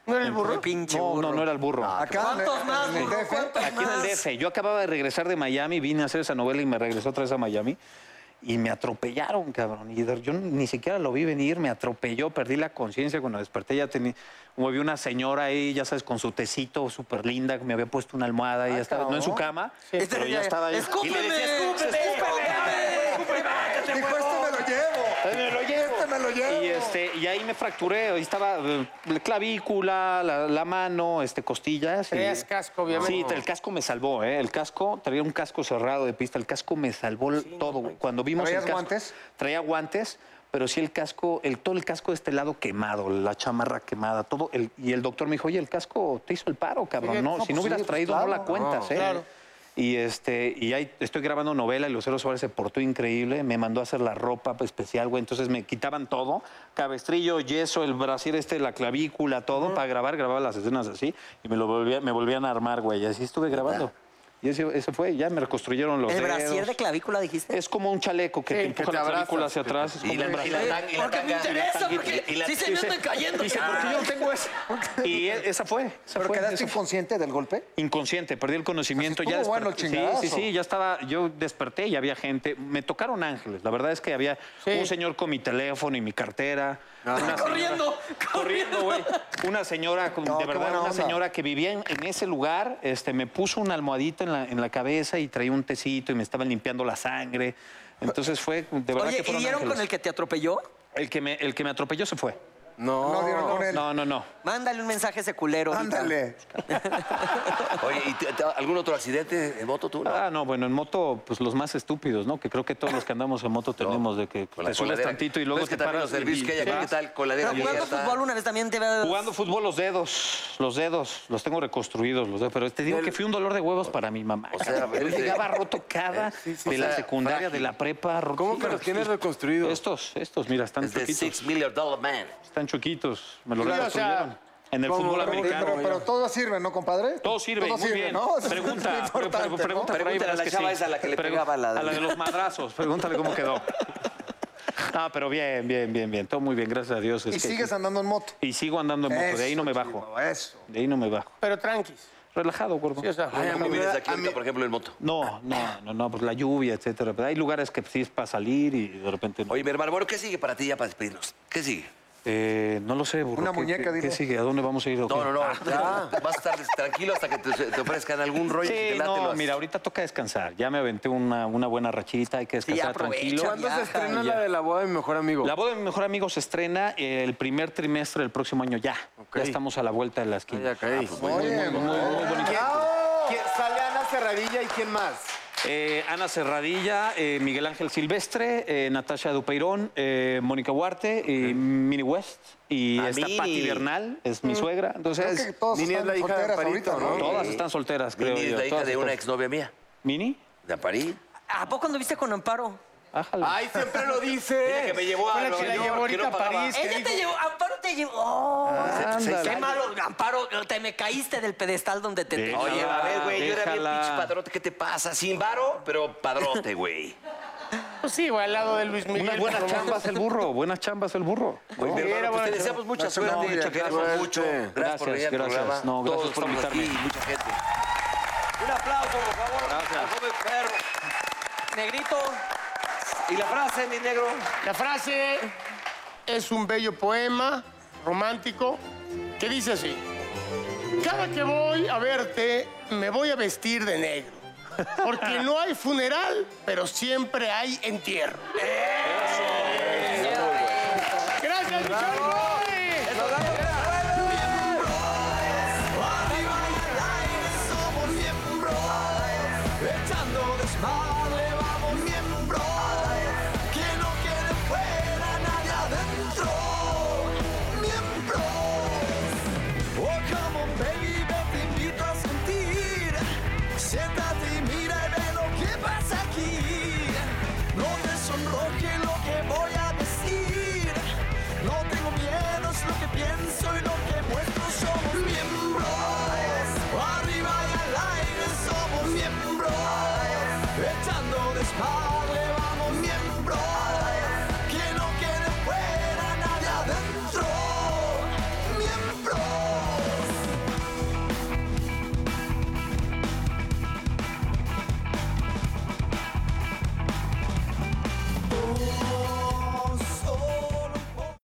Speaker 5: ¿No era el burro?
Speaker 6: Qué pinche
Speaker 9: no,
Speaker 6: burro.
Speaker 9: no, no era el burro.
Speaker 5: Ah,
Speaker 7: Acá en-
Speaker 6: ¿Cuántos más,
Speaker 7: en el
Speaker 6: burro?
Speaker 7: DF,
Speaker 6: ¿Cuántos
Speaker 9: Aquí en el
Speaker 6: más?
Speaker 9: DF. Yo acababa de regresar de Miami, vine a hacer esa novela y me regresó otra vez a Miami. Y me atropellaron, cabrón. Y de- yo ni siquiera lo vi venir, me atropelló, perdí la conciencia cuando desperté. Ya tenía. Como vi una señora ahí, ya sabes, con su tecito súper linda, que me había puesto una almohada y ya estaba, no en su cama,
Speaker 6: Ah, Este
Speaker 9: pero
Speaker 6: ya-
Speaker 9: ya estaba ahí.
Speaker 6: ¡Escúpeme! ¡Escúpeme!
Speaker 7: Dijo, este me lo llevo.
Speaker 9: Ahí me lo llevo.
Speaker 7: Este me lo llevo.
Speaker 9: Y, este, y ahí me fracturé, ahí estaba eh, la clavícula, la, la mano, este, costillas. y-
Speaker 5: Traías casco, obviamente.
Speaker 9: Sí, el casco me salvó, ¿eh? El casco, traía un casco cerrado de pista, el casco me salvó el- todo. güey. Cuando vimos
Speaker 7: ¿Traías
Speaker 9: el casco,
Speaker 7: guantes?
Speaker 9: Traía guantes, pero sí el casco, el, todo el casco de este lado quemado, la chamarra quemada, todo. el- y el doctor me dijo, oye, el casco te hizo el paro, cabrón.
Speaker 5: Oye,
Speaker 9: No,
Speaker 5: no,
Speaker 9: si no
Speaker 5: pues
Speaker 9: hubieras
Speaker 5: sí, pues
Speaker 9: traído, no
Speaker 5: claro.
Speaker 9: la cuentas, ¿eh?
Speaker 5: claro.
Speaker 9: Y, este, y ahí estoy grabando novela y Lucero Suárez se portó increíble, me mandó a hacer la ropa pues, especial, güey, entonces me quitaban todo, cabestrillo, yeso, el brasier este, la clavícula, todo, para grabar, grababa las escenas así y me, lo volvía- me volvían a armar, güey, y así estuve grabando. Y ese, ese fue, ya me reconstruyeron los
Speaker 6: ¿El brasier
Speaker 9: dedos.
Speaker 6: de clavícula dijiste?
Speaker 9: Es como un chaleco que te
Speaker 5: que
Speaker 9: empuja
Speaker 3: te
Speaker 9: la
Speaker 3: abrazas,
Speaker 9: clavícula hacia
Speaker 3: que te-
Speaker 9: atrás. es
Speaker 4: Y
Speaker 9: como
Speaker 4: la,
Speaker 9: un
Speaker 4: y
Speaker 9: brasier.
Speaker 4: la tan- y la
Speaker 6: Porque me
Speaker 4: tanga, y la
Speaker 6: interesa,
Speaker 4: tanguita,
Speaker 6: porque
Speaker 4: y la-
Speaker 6: sí se me andan cayendo.
Speaker 9: Dice, ¿por qué yo no tengo eso? Y e- esa fue. esa
Speaker 7: ¿Pero
Speaker 9: fue,
Speaker 7: quedaste
Speaker 9: esa fue.
Speaker 7: inconsciente del golpe?
Speaker 9: Inconsciente, perdí el conocimiento.
Speaker 7: Así estuvo bueno el
Speaker 9: desperté.
Speaker 7: chingadazo.
Speaker 9: sí, sí, sí, ya estaba, yo desperté y había gente. Me tocaron ángeles. La verdad es que había un señor con mi teléfono y mi cartera. Una
Speaker 6: Corriendo,
Speaker 9: corriendo, güey. Una señora, con-
Speaker 7: No,
Speaker 9: de
Speaker 7: qué
Speaker 9: verdad,
Speaker 7: buena
Speaker 9: una
Speaker 7: onda.
Speaker 9: señora que vivía en, en ese lugar, este, me puso una almohadita en la, en la cabeza y traía un tecito y me estaban limpiando la sangre. Entonces fue, de verdad
Speaker 6: Oye,
Speaker 9: que
Speaker 6: ¿y
Speaker 9: fueron
Speaker 6: dieron con
Speaker 9: ángeles.
Speaker 6: el que te atropelló?
Speaker 9: El que, me, el que me atropelló se fue.
Speaker 3: No.
Speaker 7: No dieron con él.
Speaker 9: No, no, no.
Speaker 6: Mándale un mensaje a ese culero. ahorita.
Speaker 7: Ándale.
Speaker 4: Oye, ¿y te- te- algún otro accidente en moto tú? no?
Speaker 9: Ah, no, bueno, en moto, pues los más estúpidos, ¿no? Que creo que todos los que andamos en moto tenemos, de que
Speaker 4: Con la
Speaker 9: te subes
Speaker 4: coladera.
Speaker 9: tantito y
Speaker 4: No,
Speaker 9: luego
Speaker 4: es que
Speaker 9: te
Speaker 4: también
Speaker 9: paras
Speaker 4: los servicios
Speaker 9: y-
Speaker 4: que hay
Speaker 9: y
Speaker 4: acá,
Speaker 9: vas.
Speaker 4: ¿qué tal? Coladera
Speaker 6: Pero jugando
Speaker 4: abierta.
Speaker 6: fútbol una vez también te va
Speaker 9: Jugando fútbol, los dedos, los dedos, los tengo reconstruidos, los dedos, pero te digo que fui un dolor de huevos para mi mamá.
Speaker 4: O sea,
Speaker 9: Yo
Speaker 4: es de-
Speaker 9: llegaba roto cada
Speaker 4: sí,
Speaker 9: de
Speaker 4: o
Speaker 9: la
Speaker 4: sea,
Speaker 9: secundaria,
Speaker 4: frágil.
Speaker 9: de la prepa.
Speaker 3: ¿Cómo que los
Speaker 9: rotísimo.
Speaker 3: tienes reconstruidos?
Speaker 9: Estos, estos, mira, están
Speaker 4: Es de
Speaker 9: chiquitos.
Speaker 4: Six Million Dollar Man.
Speaker 9: Están chiquitos, me los
Speaker 5: Sí, o sea,
Speaker 9: reconstruyeron. en el
Speaker 3: ¿cómo?
Speaker 9: fútbol
Speaker 3: Pero-
Speaker 9: americano.
Speaker 7: Pero, pero todo sirve, ¿no, compadre?
Speaker 9: Todo sirve,
Speaker 7: Todo
Speaker 9: muy
Speaker 7: sirve,
Speaker 9: bien.
Speaker 7: ¿no? (laughs) Eso es muy
Speaker 9: Pregunta, pre-
Speaker 7: importante,
Speaker 9: pre- pregunta
Speaker 7: ¿no?
Speaker 9: por ahí,
Speaker 4: Pregúntale a
Speaker 9: verás
Speaker 4: la
Speaker 9: que
Speaker 4: chava
Speaker 9: sí.
Speaker 4: esa, la que le
Speaker 9: Pregu-
Speaker 4: pegaba a la de-
Speaker 9: la de los madrazos, pregúntale cómo
Speaker 4: (laughs)
Speaker 9: quedó. Ah, pero bien, bien, bien, bien. Todo muy bien, gracias a Dios. es
Speaker 7: Y
Speaker 9: que-
Speaker 7: sigues andando en moto.
Speaker 9: Y sigo andando en moto, de ahí no me
Speaker 7: Eso,
Speaker 9: bajo.
Speaker 7: chico, Eso.
Speaker 9: De ahí no me bajo.
Speaker 5: Pero tranquis.
Speaker 9: Relajado, gordo.
Speaker 5: Sí, o sea,
Speaker 4: Ay,
Speaker 3: a
Speaker 4: ¿Cómo
Speaker 3: mí me
Speaker 4: vienes
Speaker 3: da-
Speaker 4: aquí
Speaker 3: a
Speaker 4: ahorita,
Speaker 3: mí-
Speaker 4: por ejemplo, en moto?
Speaker 9: No, no, no, no, pues la lluvia, etcétera. Pero hay lugares que sí es para salir y de repente. no.
Speaker 4: Oye, mi hermano, bueno, ¿qué sigue para ti ya para despedirnos? ¿Qué sigue?
Speaker 9: Eh, no lo sé, burro.
Speaker 7: Una
Speaker 9: ¿qué-
Speaker 7: muñeca,
Speaker 9: qué- ¿Qué
Speaker 7: dile.
Speaker 9: sigue? ¿A dónde vamos a ir? o qué? Ah,
Speaker 4: No, no, no. ya, Vas a estar tranquilo hasta que te, te ofrezcan algún rollo. si te
Speaker 9: Sí,
Speaker 4: late, lo
Speaker 9: no,
Speaker 4: haces.
Speaker 9: mira, ahorita toca descansar. Ya me aventé una, una buena rachita, hay que
Speaker 6: Sí,
Speaker 9: descansar
Speaker 6: aprovecha,
Speaker 9: tranquilo.
Speaker 3: ¿Cuándo se
Speaker 6: Viaja,
Speaker 3: estrena
Speaker 9: ya.
Speaker 3: la de la boda de mi mejor amigo?
Speaker 9: La boda de mi mejor amigo se estrena el primer trimestre del próximo año ya.
Speaker 3: Ok.
Speaker 9: Ya estamos a la vuelta de la
Speaker 3: Ay,
Speaker 4: Ah,
Speaker 9: esquina.
Speaker 3: ya caí.
Speaker 4: pues,
Speaker 7: Oye,
Speaker 3: ¿Quién- quién- Sale Ana Cerradilla y quién más?
Speaker 9: Eh, Ana Serradilla, eh, Miguel Ángel Silvestre, eh, Natasha Dupeirón, eh, Mónica Huarte, y Mini West y
Speaker 4: Ah,
Speaker 9: esta
Speaker 4: Mini.
Speaker 9: Patti Bernal, es mi suegra.
Speaker 7: Mm. Creo
Speaker 9: Entonces,
Speaker 7: que todos
Speaker 3: Nini es la
Speaker 7: están
Speaker 3: hija de
Speaker 7: solteras
Speaker 3: Amparito,
Speaker 7: ahorita, ¿no?
Speaker 3: ¿no?
Speaker 9: todas están solteras, creo
Speaker 4: Mini es
Speaker 9: yo,
Speaker 4: la hija
Speaker 9: todas
Speaker 4: de una
Speaker 9: están-
Speaker 4: exnovia mía,
Speaker 9: ¿Mini?
Speaker 4: de París.
Speaker 6: ¿A poco anduviste con Amparo?
Speaker 9: Ájale.
Speaker 3: Ay, siempre lo
Speaker 4: Mira que
Speaker 3: dice.
Speaker 4: me llevó a
Speaker 5: Fue la
Speaker 4: Nueva
Speaker 5: que la
Speaker 4: York,
Speaker 5: llevó
Speaker 4: que no
Speaker 5: ahorita a
Speaker 4: pagaba.
Speaker 5: París. que
Speaker 6: Ella
Speaker 5: dijo- Ah,
Speaker 6: te llevó, Amparo te llevó. Oh,
Speaker 9: ándale.
Speaker 6: qué malo, Amparo, te me caíste del pedestal donde te
Speaker 9: Deja.
Speaker 6: Oye,
Speaker 4: Oye, a ver, güey, yo era bien
Speaker 9: Déjala.
Speaker 4: pinche padrote. ¿Qué te pasa? Sin varo, pero padrote, güey.
Speaker 5: Pues sí, güey, al lado de Luis Miguel.
Speaker 9: Unas buenas
Speaker 5: por lo menos.
Speaker 9: chambas el burro, buenas chambas el burro.
Speaker 4: Oye, mi hermano,
Speaker 5: Era
Speaker 4: pues
Speaker 5: buena
Speaker 4: te
Speaker 5: chava.
Speaker 4: deseamos mucha suerte.
Speaker 9: novia,
Speaker 4: te queremos
Speaker 3: gracias.
Speaker 4: mucho. este, Gracias, por
Speaker 9: Gracias,
Speaker 4: venir al
Speaker 9: gracias.
Speaker 4: programa.
Speaker 9: No, gracias
Speaker 4: Todos
Speaker 9: por
Speaker 4: estamos aquí,
Speaker 9: invitarme.
Speaker 4: mucha gente. Un aplauso, por favor, al joven perro.
Speaker 6: negrito.
Speaker 4: ¿Y la frase, mi negro?
Speaker 5: La frase es un bello poema romántico que dice así. Cada que voy a verte, me voy a vestir de negro. Porque no hay funeral, pero siempre hay entierro. ¡Gracias, mi Charlie!
Speaker 10: Somos bien bros, echando desmadre, vamos bien